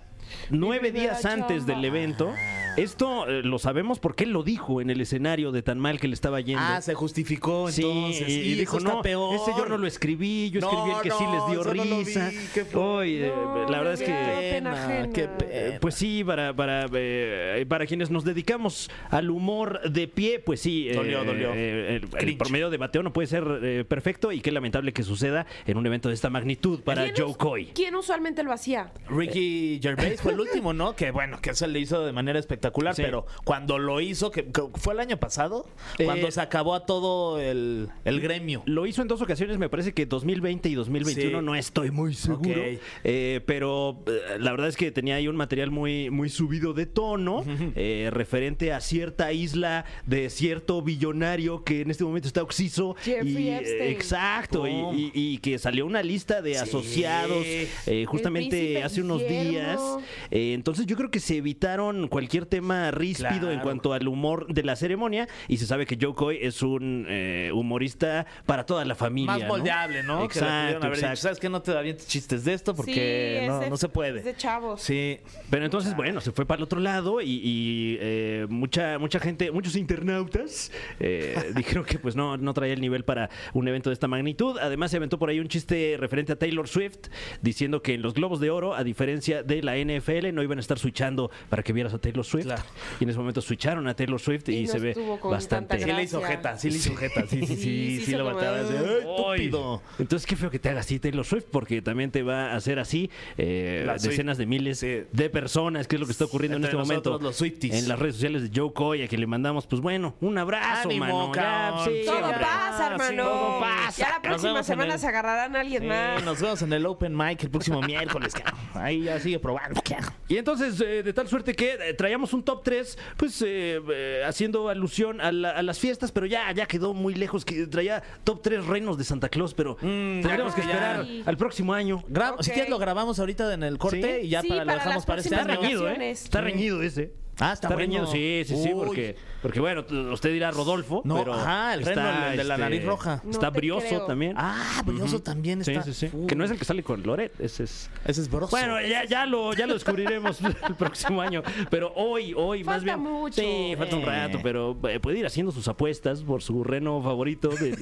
nueve primera días antes chamba. del evento. Esto eh, lo sabemos porque él lo dijo en el escenario de tan mal que le estaba yendo. Ah, se justificó Sí, entonces. y, Hijo, dijo, está no, peor. ese yo no lo escribí, yo escribí No, el que sí no, les dio eso no lo vi, risa. qué feo. Ay, eh, No, la verdad es qué que... pena ajena. qué pena. Eh, Pues sí, para, para, eh, para quienes nos dedicamos al humor de pie, pues sí. eh, Dolió, dolió. eh, el- el, Cringe. promedio de bateo no puede ser eh, perfecto y qué lamentable que suceda en un evento de esta magnitud para ¿Quién Joe us- Coy. ¿Quién usualmente lo hacía? Ricky Eh. Gervais fue el último, ¿no? Que bueno, que se le hizo de manera espectacular, Sí. pero cuando lo hizo, que, que fue el año pasado, Eh, cuando se acabó a todo el, el gremio. Lo hizo en dos ocasiones, me parece que 2020 y 2021, Sí. no estoy muy seguro. Ok. Eh, pero eh, la verdad es que tenía ahí un material muy, muy subido de tono, eh, referente a cierta isla de cierto billonario que en este momento está oxiso. Jeffrey y, eh, Epstein. Exacto, y, Pum. y- y que salió una lista de asociados eh, justamente príncipe hace unos Guillermo. días. Eh, entonces yo creo que se evitaron cualquier tema ríspido en Claro. cuanto al humor de la ceremonia y se sabe que Joe Coy es un eh, humorista para toda la familia. Más moldeable, ¿no? Que le pudieron Exacto, haber dicho, exacto. ¿Sabes qué? No te avientes chistes de esto porque Sí, no, es de- no se es de puede. chavos. Sí. Pero entonces, bueno, se fue para el otro lado y, y, eh, mucha mucha gente, muchos internautas eh, dijeron que pues no, no traía el nivel para un evento de esta magnitud. Además, se aventó por ahí un chiste referente a Taylor Swift, diciendo que en los Globos de Oro, a diferencia de la NFL, no iban a estar switchando para que vieras a Taylor Swift. Claro. Y en ese momento switcharon a Taylor Swift y, Y no se ve estuvo con bastante... tanta Sí le hizo Gracias. jeta, sí le hizo jeta. Sí, sí, sí. Sí, Sí, sí se lo lo volteaba y decía, ¡Ay, Ay, estúpido! Entonces, qué feo que te haga así Taylor Swift, porque también te va a hacer así eh, La Swift. decenas de miles Sí. de personas, que es lo que está ocurriendo Entre en este nosotros, momento. los Swifties. En las redes sociales de Joe Coy, a quien le mandamos, pues bueno, un abrazo, Ánimo, mano. Ya, cabrón. sí, Todo hombre. pasa, hermano. todo pasa. Ya la Nos vemos próxima en semana el- se agarrarán a alguien Sí, más. nos vemos en el Open Mic el próximo miércoles, cabrón. Ahí ya sigue probando, cabrón. Y entonces, eh, de tal suerte que eh, traíamos un top 3, pues eh, eh, haciendo alusión a, la- a las fiestas, pero ya, ya quedó muy lejos. que Traía top 3 reinos de Santa Claus, pero Mm, tendremos que ya. esperar al próximo año. Gra- Si Ok. quieres lo grabamos ahorita en el corte Sí. y ya Sí, para, lo para dejamos las para este próximas año. Está reñido, ¿eh? vacaciones. Está reñido ese. Ah, está, Está bueno. reñido, sí, sí, sí, Uy. porque, porque bueno, t- usted dirá Rodolfo, No, pero este, ajá, el reno, el de la nariz roja. No está te brioso creo. también. Ah, Brioso Ujú. también Sí, está. sí, sí. Uy. Que no es el que sale con Loret, ese es. Ese es broso. Eh, Bueno, ya, ya lo, ya lo descubriremos el próximo año. Pero hoy, hoy, más Falta bien. mucho. Sí, falta un Eh. rato, pero eh, puede ir haciendo sus apuestas por su reno favorito de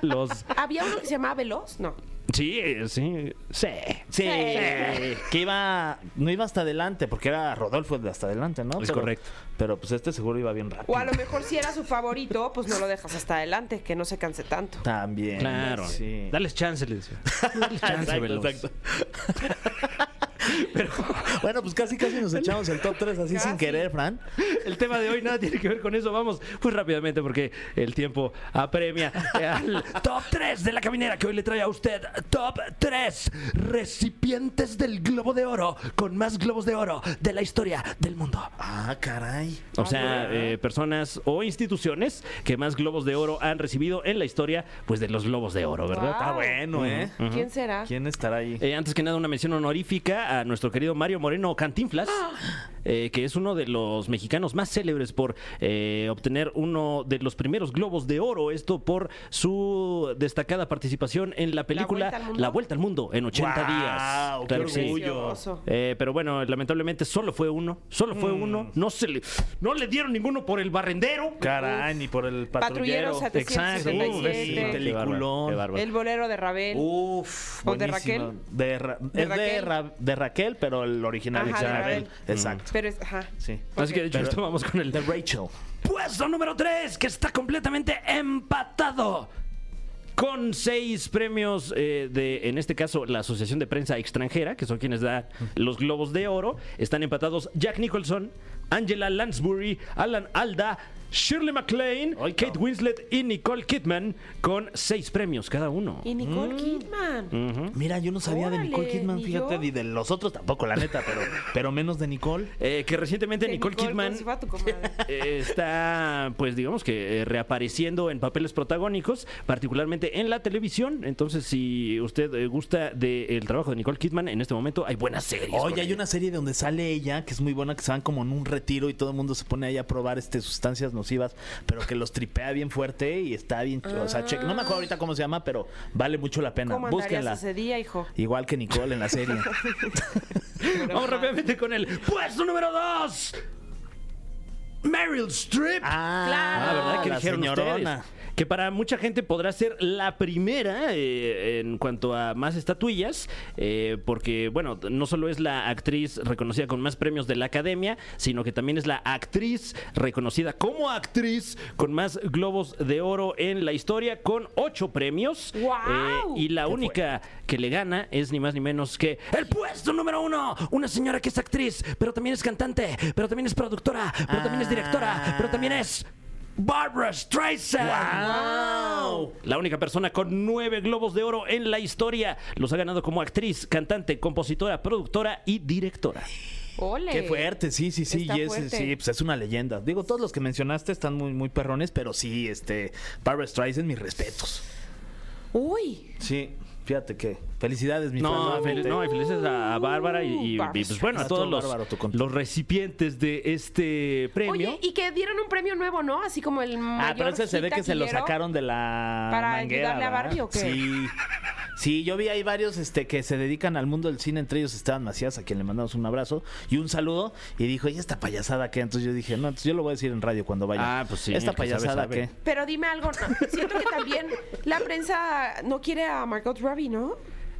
los. ¿Había uno que se llamaba Veloz? No. Sí, eh, sí, sí. Sí, Sí. que iba, no iba hasta adelante, porque era Rodolfo el de hasta adelante, ¿no? Es correcto. Pero pues este seguro iba bien rápido. O a lo mejor si era su favorito, pues no lo dejas hasta adelante, que no se canse tanto. También. Claro. Sí. Dales chance, le decía. Dales chance, Veloz. Bueno, pues casi casi nos echamos el top 3 así sin Casi. querer, Fran. El tema de hoy nada tiene que ver con eso. Vamos muy rápidamente porque el tiempo apremia al top 3 de la caminera que hoy le trae a usted. Top 3 recipientes del globo de oro con más globos de oro de la historia del mundo. Ah, caray. O sea, eh, personas o instituciones que más globos de oro han recibido en la historia, pues de los globos de oro, ¿verdad? Wow. Está bueno, ¿eh? ¿Quién será? ¿Quién estará ahí? Eh, antes que nada, una mención honorífica a nuestro querido Mario Moreno Cantinflas, eh, que es uno de los mexicanos más célebres por eh, obtener uno de los primeros globos de oro. Esto por su destacada participación en la película Vuelta al Mundo? La Vuelta al Mundo, en 80 ¡Guau! días. ¡Qué Claro que sí. orgullo! Precioso. Eh, pero bueno, lamentablemente solo fue uno. Solo Mm. fue uno. No se le, no le dieron ninguno por el barrendero. Caray, ni por el patrullero. Patrullero sete- 777. Uh, Qué bárbaro, qué bárbaro. El bolero de Rabel. Uh, Uf, ¿O de buenísima. Raquel? De Ra- De es de, Raquel. Ra- de Raquel, pero el original Ajá, es de de Raquel. Raquel. Exacto. Pero es, ajá. Sí. Así que de hecho, Pero- esto vamos con el De Rachel. Puesto número 3, que está completamente empatado. Con seis premios eh, de, en este caso, la Asociación de Prensa Extranjera, que son quienes da los globos de oro, están empatados Jack Nicholson, Angela Lansbury, Alan Alda, Shirley MacLaine, Ay, Kate cabrón. Winslet y Nicole Kidman, con seis premios cada uno. Y Mm. Nicole Kidman. Ujú. Mira, yo no sabía de Nicole Órale, Kidman, ni fíjate, yo. ni de los otros tampoco, la neta, pero, pero menos de Nicole. Eh, que recientemente Que Nicole, como Kidman si fuera tu comadre. eh, está, pues digamos que eh, reapareciendo en papeles protagónicos, particularmente en la televisión. Entonces, si usted eh, gusta del trabajo de Nicole Kidman, en este momento hay buenas series. Oye, con hay ella. una serie donde sale ella, que es muy buena, que se van como en un retiro y todo el mundo se pone ahí a probar este, sustancias nocivas, pero que los tripea bien fuerte y está bien... ch- O sea, che- no me acuerdo ahorita cómo se llama, pero vale mucho la pena. ¿Cómo andarías Búsquenla. ese día, hijo? Igual que Nicole en la serie. Vamos rápidamente con el puesto número 2. Meryl Streep. ah, Claro. Ah, ¿verdad? Que la dijeron señorona. ustedes? Que para mucha gente podrá ser la primera eh, en cuanto a más estatuillas, eh, porque, bueno, no solo es la actriz reconocida con más premios de la academia, sino que también es la actriz reconocida como actriz con más globos de oro en la historia, con ocho premios. Eh, ¡Guau! y la única que le gana es ni más ni menos que el puesto número uno. Una señora que es actriz, pero también es cantante, pero también es productora, pero también es directora, pero también es Barbara Streisand. ¡Wow! La única persona con nueve globos de oro en la historia. Los ha ganado como actriz, cantante, compositora, productora y directora. Ole. Qué fuerte, sí, sí, sí. Está y es, fuerte. sí, pues es una leyenda. Digo, todos los que mencionaste están muy, muy perrones, pero sí, este, Barbara Streisand, mis respetos. Uy. Sí, fíjate que. Felicidades, mi No, Fran. fel- no, y felices a, a Bárbara y, y- y, pues, bueno, a Estuvo todos los, bárbaro tu contenido. los recipientes de este premio. Oye, y que dieron un premio nuevo, ¿no? Así como el mayor Ah, pero ese se ve que se lo jitaquillero. sacaron de la para manguera, ayudarle a ¿verdad? Barbie, ¿o qué? Sí. Sí, yo vi hay varios este que se dedican al mundo del cine, entre ellos Esteban Macías, a quien le mandamos un abrazo y un saludo, y dijo, ¿y esta payasada qué? Entonces yo dije, no, entonces yo lo voy a decir en radio cuando vaya. Ah, pues sí, ¿Esta el que sabe, payasada sabe. qué? Pero dime algo, no, siento que también la prensa no quiere a Margot Robbie, ¿no?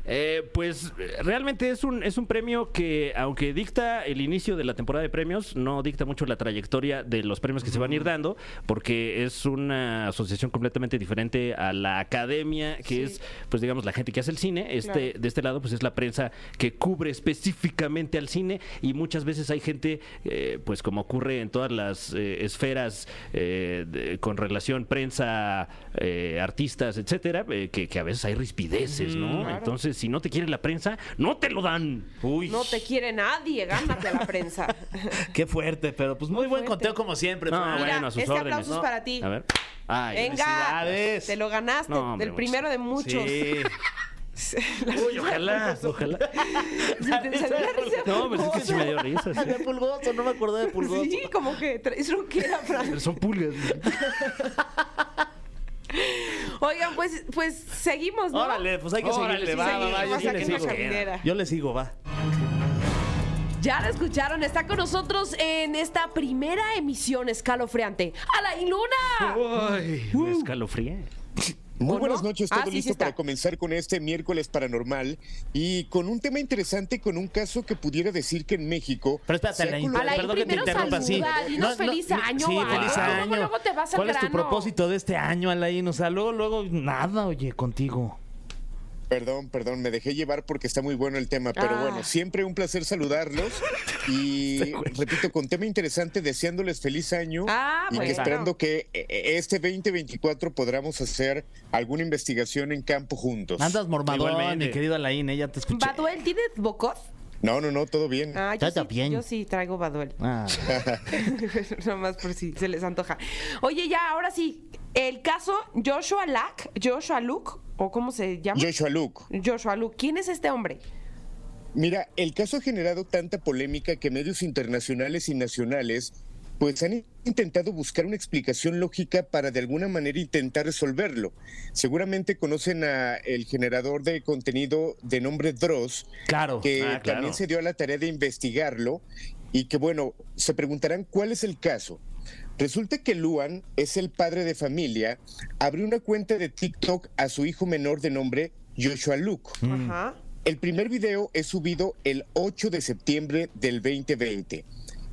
Eh, pues eh, realmente es un, es un premio que, aunque dicta el inicio de la temporada de premios, no dicta mucho la trayectoria de los premios que se van a ir dando, porque es una asociación completamente diferente a la academia, que es, pues digamos, la gente que hace el cine. Este, Claro. De este lado, pues es la prensa que cubre específicamente al cine y muchas veces hay gente, eh, pues como ocurre en todas las eh, esferas eh, de- con relación prensa, eh, artistas, etcétera, eh, que, que a veces hay rispideces, ¿no? Entonces, si no te quiere la prensa, no te lo dan. Uy. No te quiere nadie, gánate a la prensa. Qué fuerte, pero pues muy, Muy buen fuerte. conteo como siempre. No, Fran. Mira, bueno, a sus este órdenes. aplauso es ¿no? para ti. A ver. Ay, Venga, felicidades. te lo ganaste, No, hombre, el pues. primero de muchos. Sí. Uy, ojalá, ojalá. No, pues es que sí me dio risa. sí. De pulgoso, no me acordé de pulgoso. Sí, como que traes ronquera, Fran. Son pulgas. Oigan, pues, pues seguimos, ¿no? Órale, pues hay que Órale, seguirle, va, sí, va, va, seguimos. yo Seguimos sí le aquí en sigo. la caminera. Yo le sigo, va. Ya la escucharon, está con nosotros en esta primera emisión escalofriante. ¡Alain Luna! Uy, Uh. me escalofrié. ¿O Muy no? buenas noches, Ah, todo sí, sí listo está. para comenzar con este miércoles paranormal y con un tema interesante, con un caso que pudiera decir que en México. Pero espérate, se ha Alain, colocado- Alain, perdón que te primero interrumpa, sí. saluda, dinos feliz año, Sí, Alain. feliz Luego, año. luego te vas al ¿Cuál es tu grano? propósito de este año, Alain? O sea, luego, luego, nada, oye, contigo. Perdón, perdón, me dejé llevar porque está muy bueno el tema, pero Ah. bueno, siempre un placer saludarlos y repito, con tema interesante, deseándoles feliz año Ah, y bueno. que esperando que eh, eh, este 2024 podamos hacer alguna investigación en campo juntos. Andas mormadón, Igualmente. mi querido Alain, ella te escuché. ¿Baduel tienes bocot? No, no, no, todo bien. Ah, yo Está sí, bien. yo sí traigo Baduel. Ah, Nomás por si se les antoja. Oye, ya, ahora sí. El caso Joshua Lack, Joshua Luke, o cómo se llama. Joshua Luke. Joshua Luke. ¿Quién es este hombre? Mira, el caso ha generado tanta polémica que medios internacionales y nacionales pues han intentado buscar una explicación lógica para de alguna manera intentar resolverlo. Seguramente conocen a el generador de contenido de nombre Dross, claro. que Ah, claro. también se dio a la tarea de investigarlo y que bueno, se preguntarán cuál es el caso. Resulta que Luan es el padre de familia, abrió una cuenta de TikTok a su hijo menor de nombre Joshua Luke. Mm. Ajá. El primer video es subido el 8 de septiembre del 2020.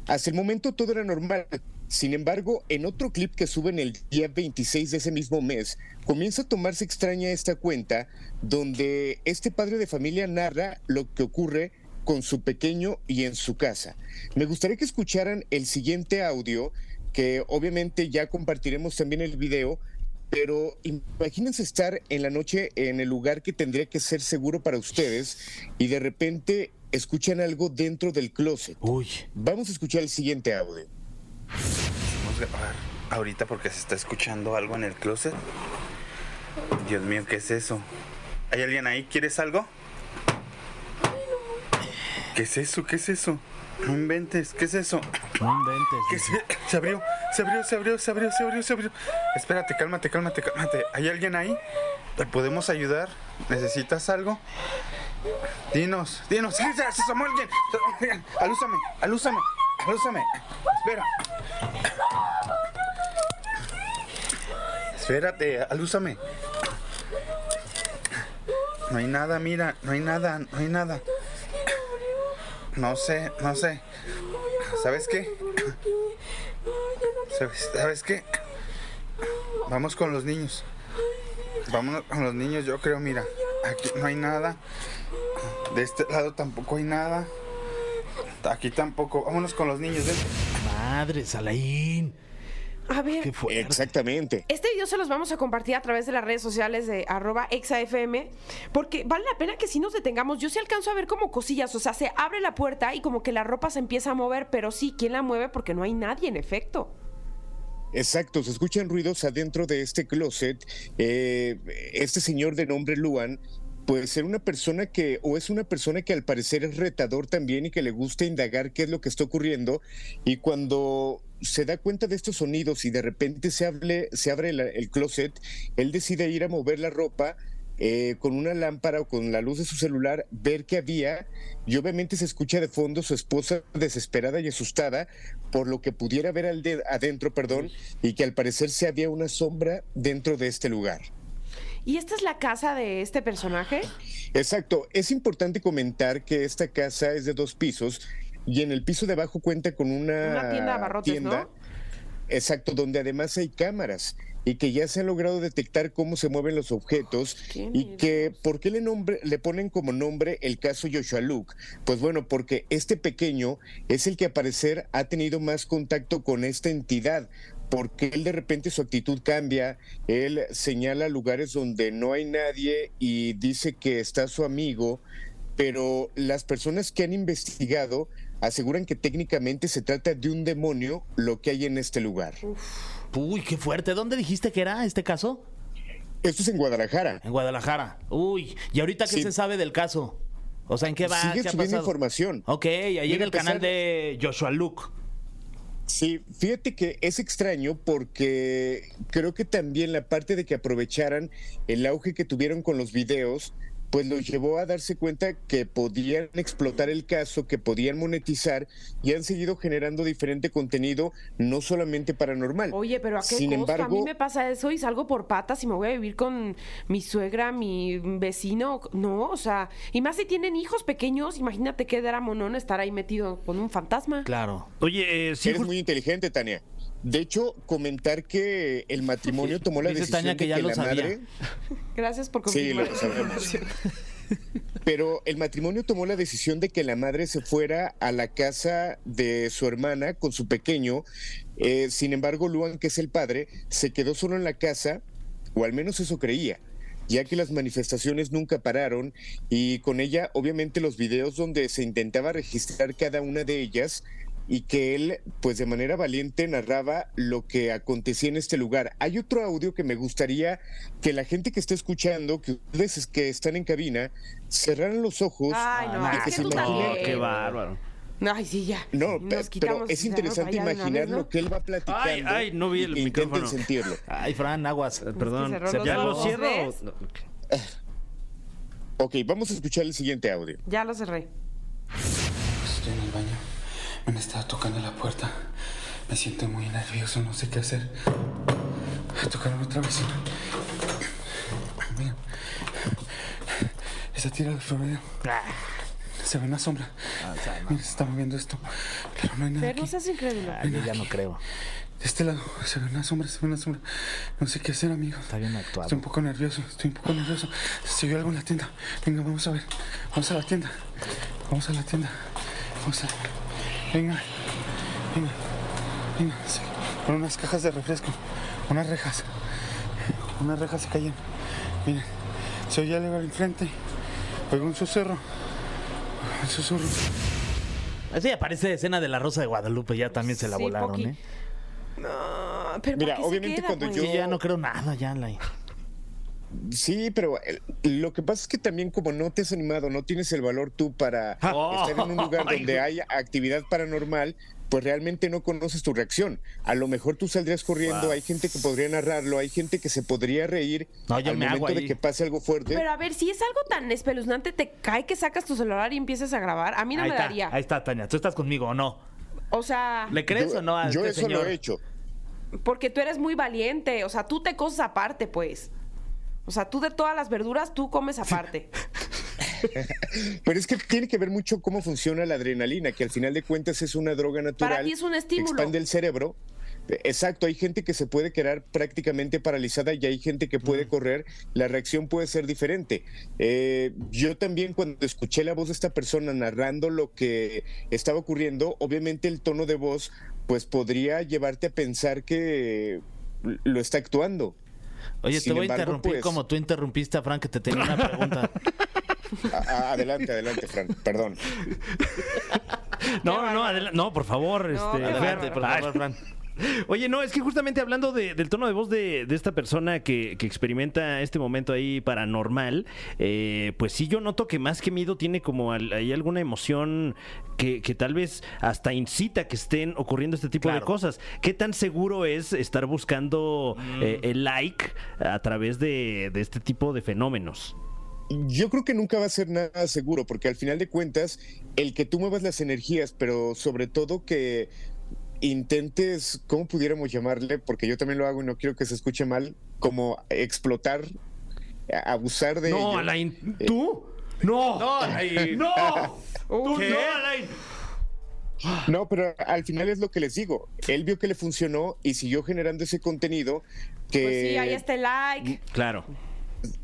Hasta el momento todo era normal. Sin embargo, en otro clip que suben el día 26 de ese mismo mes, comienza a tomarse extraña esta cuenta donde este padre de familia narra lo que ocurre con su pequeño y en su casa. Me gustaría que escucharan el siguiente audio, que obviamente ya compartiremos también el video, pero imagínense estar en la noche en el lugar que tendría que ser seguro para ustedes y de repente escuchan algo dentro del closet. Uy. Vamos a escuchar el siguiente audio. Vamos a grabar ahorita porque se está escuchando algo en el closet. Dios mío, ¿qué es eso? ¿Hay alguien ahí? ¿Quieres algo? ¿Qué es eso? ¿Qué es eso? No inventes, ¿qué es eso? No inventes. ¿Qué es- Se abrió, se abrió, se abrió, se abrió, se abrió, se abrió. Espérate, cálmate, cálmate, cálmate. ¿Hay alguien ahí? ¿Te podemos ayudar? ¿Necesitas algo? Dinos, dinos. ¡Sí, se se asomó alguien! Se- ¡Alúzame, alúzame, alúzame! Espera. Espérate, alúzame. No hay nada, mira, no hay nada, no hay nada. No sé, no sé. ¿Sabes qué? ¿Sabes, sabes qué? Vamos con los niños. Vamos con los niños, yo creo, mira. Aquí no hay nada. De este lado tampoco hay nada. Aquí tampoco. Vámonos con los niños. vente. Madres, Alain. A ver. Qué fuerte. Exactamente. Este video se los vamos a compartir a través de las redes sociales de arroba exafm, porque vale la pena que si nos detengamos, yo sí alcanzo a ver como cosillas, o sea, se abre la puerta y como que la ropa se empieza a mover, pero sí, ¿quién la mueve? Porque no hay nadie, en efecto. Exacto, se escuchan ruidos adentro de este closet. Eh, este señor de nombre Luan puede ser una persona que, o es una persona que al parecer es retador también y que le gusta indagar qué es lo que está ocurriendo. Y cuando se da cuenta de estos sonidos y de repente se, hable- se abre la- el closet, él decide ir a mover la ropa. eh, con una lámpara o con la luz de su celular, ver qué había y obviamente se escucha de fondo su esposa desesperada y asustada por lo que pudiera ver al de- adentro, perdón, y que al parecer se había una sombra dentro de este lugar. ¿Y esta es la casa de este personaje? Exacto, es importante comentar que esta casa es de dos pisos y en el piso de abajo cuenta con una, Una tienda de abarrotes, ¿no? Exacto, donde además hay cámaras y que ya se han logrado detectar cómo se mueven los objetos qué y que por qué le, nombre, le ponen como nombre el caso Joshua Luke. Pues bueno, porque este pequeño es el que a parecer ha tenido más contacto con esta entidad. Porque él de repente su actitud cambia, él señala lugares donde no hay nadie y dice que está su amigo, pero las personas que han investigado aseguran que técnicamente se trata de un demonio lo que hay en este lugar. Uy, qué fuerte. ¿Dónde dijiste que era este caso? Esto es en Guadalajara. En Guadalajara. Uy, ¿y ahorita qué Sí. se sabe del caso? O sea, ¿en qué va? Sigue ¿Qué ha subiendo pasado? información. Ok, ahí en Mira, el a pesar- canal de Joshua Luke. Sí, fíjate que es extraño porque creo que también la parte de que aprovecharan el auge que tuvieron con los videos, pues los llevó a darse cuenta que podían explotar el caso, que podían monetizar y han seguido generando diferente contenido, no solamente paranormal. Oye, pero ¿a qué Sin costo? a mí embargo, me pasa eso y salgo por patas y me voy a vivir con mi suegra, mi vecino. No, o sea, y más si tienen hijos pequeños, imagínate qué era monón estar ahí metido con un fantasma. Claro. Oye, eh, sí, eres ju- muy inteligente, Tania. De hecho, comentar que el matrimonio tomó la Dice decisión Tania que de ya que lo la sabía. madre Gracias por Sí, confirmar. lo sabemos. Pero el matrimonio tomó la decisión de que la madre se fuera a la casa de su hermana con su pequeño. Eh, sin embargo, Luan, que es el padre, se quedó solo en la casa, o al menos eso creía, ya que las manifestaciones nunca pararon y con ella, obviamente, los videos donde se intentaba registrar cada una de ellas y que él, pues de manera valiente, narraba lo que acontecía en este lugar. Hay otro audio que me gustaría que la gente que está escuchando, que ustedes que están en cabina, cerraran los ojos. Ay, no, y es que que se tú imaginen- no, también. Oh, qué bárbaro. Ay, sí, ya. No, Nos pe- pero quitamos es y se vamos interesante para allá de una imaginar vez, ¿no? lo que él va platicando. Ay, ay, no vi y el que intenten micrófono. sentirlo. Ay, Fran, aguas. Perdón, cerró los ¿ya lo ojos. cierro? o- ¿Ves? no? Ok, vamos a escuchar el siguiente audio. Ya lo cerré. Estoy en el baño. Me han estado tocando la puerta. Me siento muy nervioso, no sé qué hacer. A tocarme otra vez. Vean. Esa tira de Florida. Ah. Se ve una sombra. Mira, se está moviendo esto. Pero no hay nada. Pero no Aquí. seas incrédula. Ay, yo ya no creo. De este lado se ve una sombra, se ve una sombra. No sé qué hacer, amigos. Está bien actuado. Estoy un poco nervioso, estoy un poco nervioso. Se vio algo en la tienda. Venga, vamos a ver. Vamos a la tienda. Vamos a la tienda. Vamos a. Venga. Venga. Venga. sí. Con unas cajas de refresco. Unas rejas. Unas rejas se caían. Miren. Se oye algo al enfrente. Oigo un susurro. Un susurro. Así aparece escena de la Rosa de Guadalupe, ya también se la Sí, volaron, poqui. ¿eh? No, pero ¿por Mira, qué se obviamente queda, cuando pues? yo- Sí, ya no creo nada, ya, la... Sí, pero eh, lo que pasa es que también como no te has animado, no tienes el valor tú para Ah. Oh. estar en un lugar donde hay actividad paranormal, pues realmente no conoces tu reacción. A lo mejor tú saldrías corriendo, hay gente que podría narrarlo, hay gente que se podría reír No, yo al me hago momento de ahí. que pase algo fuerte. Pero a ver, si es algo tan espeluznante, te cae que sacas tu celular y empiezas a grabar. A mí no ahí me está, daría. ahí está, Tania. ¿Tú estás conmigo o no? O sea, ¿Le crees yo, o no a yo este eso señor? lo he hecho. porque tú eres muy valiente. O sea, tú te cosas aparte, pues. O sea, tú de todas las verduras, tú comes aparte. Pero es que tiene que ver mucho cómo funciona la adrenalina, que al final de cuentas es una droga natural. ti es un que estímulo. Expande el cerebro. Eh, Exacto, hay gente que se puede quedar prácticamente paralizada y hay gente que Mm. puede correr. La reacción puede ser diferente. Eh, yo también cuando escuché la voz de esta persona narrando lo que estaba ocurriendo, obviamente el tono de voz pues podría llevarte a pensar que eh, lo está actuando. Oye, Sin te voy embargo, a interrumpir pues- como tú interrumpiste a Fran, que te tenía una pregunta. A- a- adelante, adelante, Fran, perdón. No, no, no, adela- no, por No, favor. este, qué Adelante, Fer. por favor, Fran. Oye, no, es que justamente hablando de- del tono de voz de, de esta persona que, que experimenta este momento ahí paranormal, eh, pues sí yo noto que más que miedo tiene como al- ahí alguna emoción que, que tal vez hasta incita que estén ocurriendo este tipo de Claro. cosas. ¿Qué tan seguro es estar buscando Mm. eh, el like a través de, de este tipo de fenómenos? Yo creo que nunca va a ser nada seguro, porque al final de cuentas, el que tú muevas las energías, pero sobre todo que intentes, ¿cómo pudiéramos llamarle? Porque yo también lo hago y no quiero que se escuche mal, como explotar, a- abusar de... no, ello. Alain, ¿tú? No, no, Alain. No, ¿Tú ¿Qué? no, Alain. No, pero al final es lo que les digo. Él vio que le funcionó y siguió generando ese contenido que... Pues sí, ahí está el like. Claro.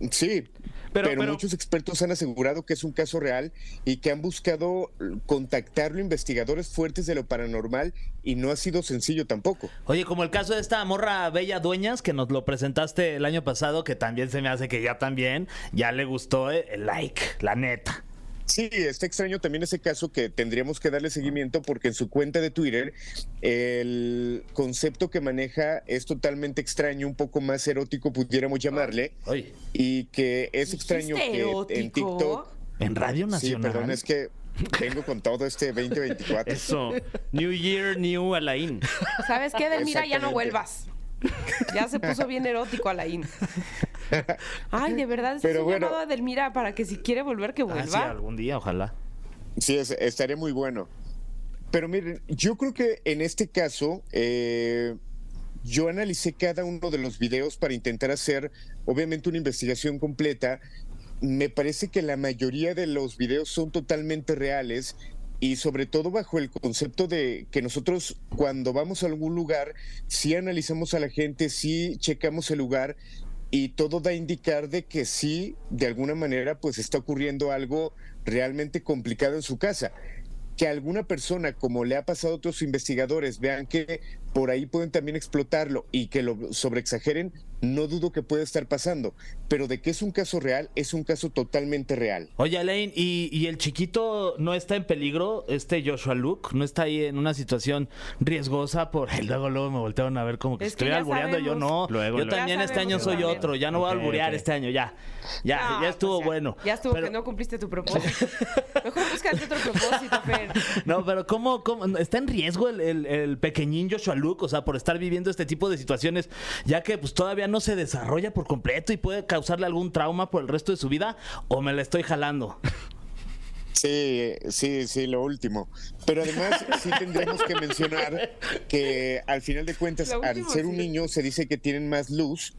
Sí, Pero- pero, pero- muchos expertos han asegurado que es un caso real y que han buscado eh, contactarlo investigadores fuertes de lo paranormal y no ha sido sencillo tampoco. Oye, como el caso de esta morra Bella Dueñas, que nos lo presentaste el año pasado, que también se me hace que ya también, ya le gustó el el like, eh, la neta. Sí, está extraño también ese caso que tendríamos que darle seguimiento porque en su cuenta de Twitter el concepto que maneja es totalmente extraño, un poco más erótico pudiéramos llamarle, Ay, y que es extraño que en TikTok... en Radio Sí, Nacional. perdón, es que vengo con todo este 2024. Eso. New Year, New Alain. ¿Sabes qué, Delmira? Ya no Exactamente. vuelvas. Ya se puso bien erótico Alain. Ay, de verdad, este Pero es un bueno. llamado a Delmira para que si quiere volver, que Ah, sí, vuelva. algún día, ojalá. Sí, es- estaría muy bueno. Pero miren, yo creo que en este caso, eh, yo analicé cada uno de los videos para intentar hacer, obviamente, una investigación completa. Me parece que la mayoría de los videos son totalmente reales y sobre todo bajo el concepto de que nosotros cuando vamos a algún lugar, sí analizamos a la gente, sí checamos el lugar y todo da a indicar de que sí, de alguna manera, pues está ocurriendo algo realmente complicado en su casa. Que alguna persona, como le ha pasado a otros investigadores, vean que por ahí pueden también explotarlo y que lo sobreexageren, no dudo que puede estar pasando. Pero de que es un caso real, es un caso totalmente real. Oye, Alain, ¿y, y el chiquito no está en peligro? Este Joshua Luke, ¿no está ahí en una situación riesgosa? Por él luego, luego me voltearon a ver como que Es que estoy ya albureando. Yo sabemos. no. Luego, yo luego. también Ya este año sabemos soy también. otro. Ya no voy a Ok, alburear ok. este año, ya. Ya, No, ya estuvo pues bueno. Ya estuvo Pero- que no cumpliste tu propósito. Mejor búscate otro propósito, Fer. No, pero ¿cómo, cómo? está en riesgo el, el- el pequeñín Joshua Luke? O sea, por estar viviendo este tipo de situaciones, ya que pues todavía no se desarrolla por completo y puede causarle algún trauma por el resto de su vida, o me la estoy jalando. Sí, sí, sí, lo último. Pero además sí tendremos que mencionar que al final de cuentas, Lo al último, ser un sí. niño se dice que tienen más luz,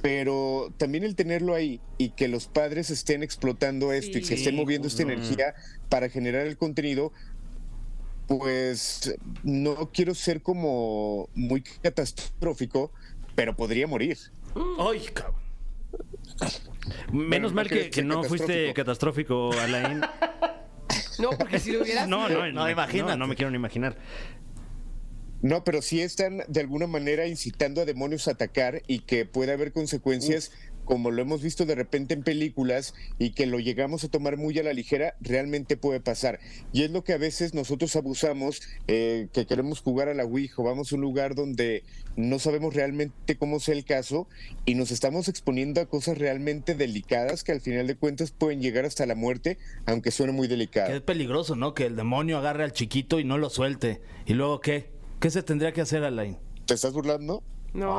pero también el tenerlo ahí y que los padres estén explotando esto y se estén Sí, moviendo esta energía para generar el contenido, pues no quiero ser como muy catastrófico, pero podría morir. Ay, cabrón. Menos Bueno, mal no quería que, que que no sea fuiste catastrófico, Alain. No, porque si lo hubieras. No, no, No, no, imagínate. No, no me quiero ni imaginar. No, pero sí están de alguna manera incitando a demonios a atacar y que puede haber consecuencias como lo hemos visto de repente en películas y que lo llegamos a tomar muy a la ligera, realmente puede pasar. Y es lo que a veces nosotros abusamos, eh, que queremos jugar a la Ouija, o vamos a un lugar donde no sabemos realmente cómo sea el caso y nos estamos exponiendo a cosas realmente delicadas que al final de cuentas pueden llegar hasta la muerte, aunque suene muy delicado. Que es peligroso, ¿no? Que el demonio agarre al chiquito y no lo suelte. ¿Y luego qué? ¿Qué se tendría que hacer, Alain? ¿Te estás burlando? No,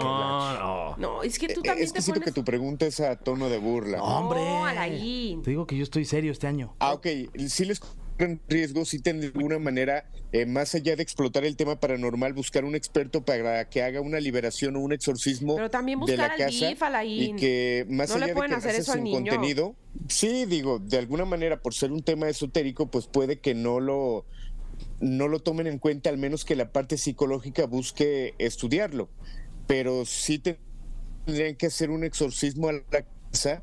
No, no, no. es que tú Eh, también es que te siento pones. que tu pregunta es a tono de burla. ¡Hombre! Alain. Te digo que yo estoy serio este año. Ah, ok. Sí les corren riesgo, sí tienen de alguna manera, eh, más allá de explotar el tema paranormal, buscar un experto para que haga una liberación o un exorcismo Pero también de la buscar al casa DIF, Alain. y que más No le allá de pueden que hacer nace eso al sin niño. contenido, sí, digo, de alguna manera por ser un tema esotérico, pues puede que no lo no lo tomen en cuenta, al menos que la parte psicológica busque estudiarlo. Pero sí te- tendrían que hacer un exorcismo a la casa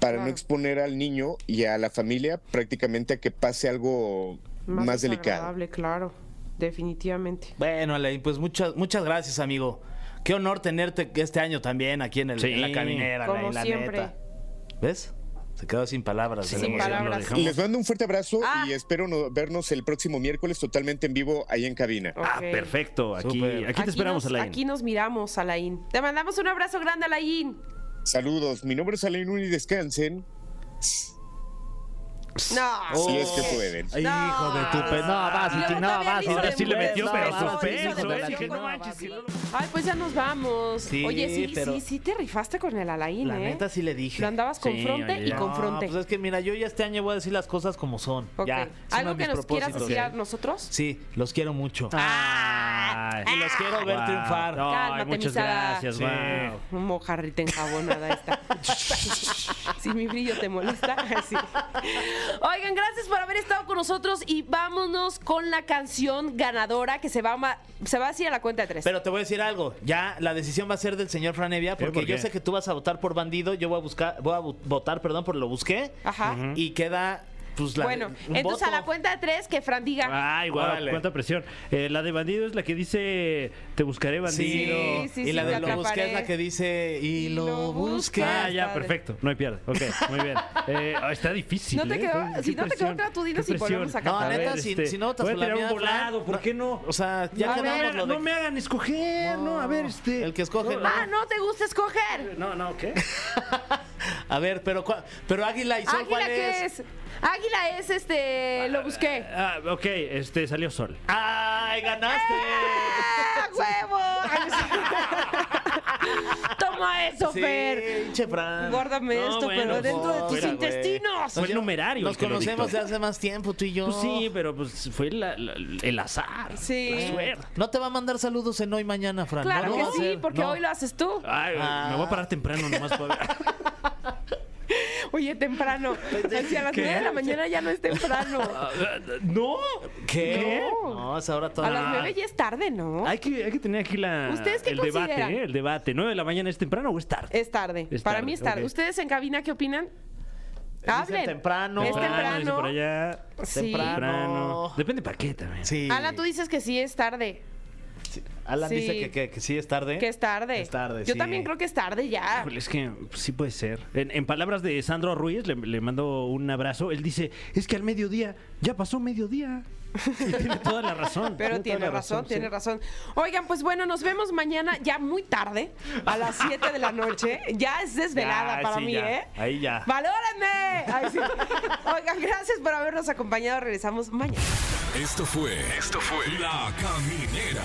para Claro. no exponer al niño y a la familia prácticamente a que pase algo más, delicado. desagradable, Claro, definitivamente. Bueno, Alain, pues muchas, muchas gracias, amigo. Qué honor tenerte este año también aquí en, el, Sí. en la caminera, Como Alain, la siempre. neta. ¿Ves? Se quedó sin palabras. de la Sin emoción, lo palabras. dejamos. Les mando un fuerte abrazo Ah. y espero no- vernos el próximo miércoles totalmente en vivo ahí en cabina. Ah, Ok. perfecto. Aquí, Súper. aquí te esperamos, nos, Alain. Aquí nos miramos, Alain. Te mandamos un abrazo grande, Alain. Saludos, mi nombre es Alain Uni, descansen. No. Si es que pueden. Ay, Hijo de tu pues, pe... No, vas, Y luego todavía le Miki, no, vas. hizo Miki, Ahora sí le pues, metió, no, pero vas, hizo Miki, suspenso, no, de ¿eh? vas, Dije, relación no con manches, Alain. si no lo- Ay, pues ya nos vamos. Sí, Oye, sí, pero- sí, sí te rifaste con el Alain, La ¿eh? neta sí le dije. Lo andabas Sí, confronte oye, y ya. confronte. No, pues es que mira, yo ya este año voy a decir las cosas como son. Ok. Ya, es ¿eh? uno ¿Algo de que mis nos quieras propósitos. decir a nosotros? Sí, los quiero mucho. Ay, y los quiero ver guau. triunfar. Ay, Cálmate, muchas Misada. gracias, Sí. guau. Mojarrita enjabonada esta. si mi brillo te molesta, así. Oigan, gracias por haber estado con nosotros y vámonos con la canción ganadora que se va a, ma- se va a decir a la cuenta de tres. Pero te voy a decir algo, ya la decisión va a ser del señor Franevia, porque ¿por yo qué? sé que tú vas a votar por bandido, yo voy a buscar, voy a bu- votar, perdón, por lo busqué, Ajá. y queda pues la. bueno, un entonces a voto. Ah, la cuenta de tres que Fran diga. Ay, guau, Órale. cuánta presión. Eh, la de bandido es la que dice te buscaré bandido. Sí, sí, y la sí, de te lo busqué es atraparé. la que dice y, Y lo lo busqué. Ah, ya, padre. perfecto. No hay pierde. Ok, muy bien. Eh, ah, está difícil. ¿No te ¿eh? quedó? Qué Si no te quedó presión, otra, tú qué dinos y presión. volvemos a No, A neta, ver, si, este, si no te voy a tirar un volado, ¿por qué no? O sea, ya no, quedamos me, lo de- no me hagan escoger, no, a ver, este. El que escoge, no. Ah, no te gusta escoger. No, no, ¿qué? A ver, pero, cua- pero Águila y Sol, Águila, ¿cuál ¿qué es? es? Águila es este. Lo busqué. Ah, ok, este salió sol. Eh, ¡Ay, ganaste! ¡Ah, huevo! Ay, sí. Toma eso, Fer. Sí, che, Fran. Guárdame No, esto, bueno, pero dentro de tus fuera, güey. intestinos. Fue el numerario el Nos que lo conocemos dictó. de hace más tiempo, tú y yo. Pues sí, pero pues fue la- la- el azar. Sí. La suerte. No te va a mandar saludos en hoy mañana, Fran. Claro No lo que va a sí, hacer, porque no. hoy lo haces tú. Ay, Ah. me voy a parar temprano nomás para ver. Oye, temprano. Si a las ¿Qué? 9 de la mañana ya no es temprano. Ah, ah, ¿No? ¿Qué? No. No, es ahora A toda. las 9 ya es tarde, ¿no? Hay que, hay que tener aquí la, ¿Ustedes qué el consideran? debate, ¿eh? El debate. ¿9 de la mañana es temprano o es tarde? Es tarde. Es Para tarde, mí es tarde. ok. ¿Ustedes en cabina qué opinan? Hablen. temprano. Es Temprano, dice temprano. por allá. Sí. Temprano. Temprano. Depende para qué también. Sí. Ana, tú dices que sí es tarde. Alan sí. dice que, que- que sí es ¿Eh? tarde. Que es tarde. Es tarde, Yo sí. también creo que es tarde ya. Híjole, Es que pues, sí puede ser. En, en palabras de Sandro Ruiz, le, le mando un abrazo. Él dice: Es que al mediodía, ya pasó mediodía. Y tiene toda la razón. Pero toda tiene la razón, sí. tiene razón. Oigan, pues bueno, nos vemos mañana ya muy tarde, a las 7 de la noche. Ya es desvelada Ya, para sí, mí, ya. ¿eh? Ahí ya. ¡Valórenme! Ay, sí. Oigan, gracias por habernos acompañado. Regresamos mañana. Esto fue. Esto fue. La Caminera.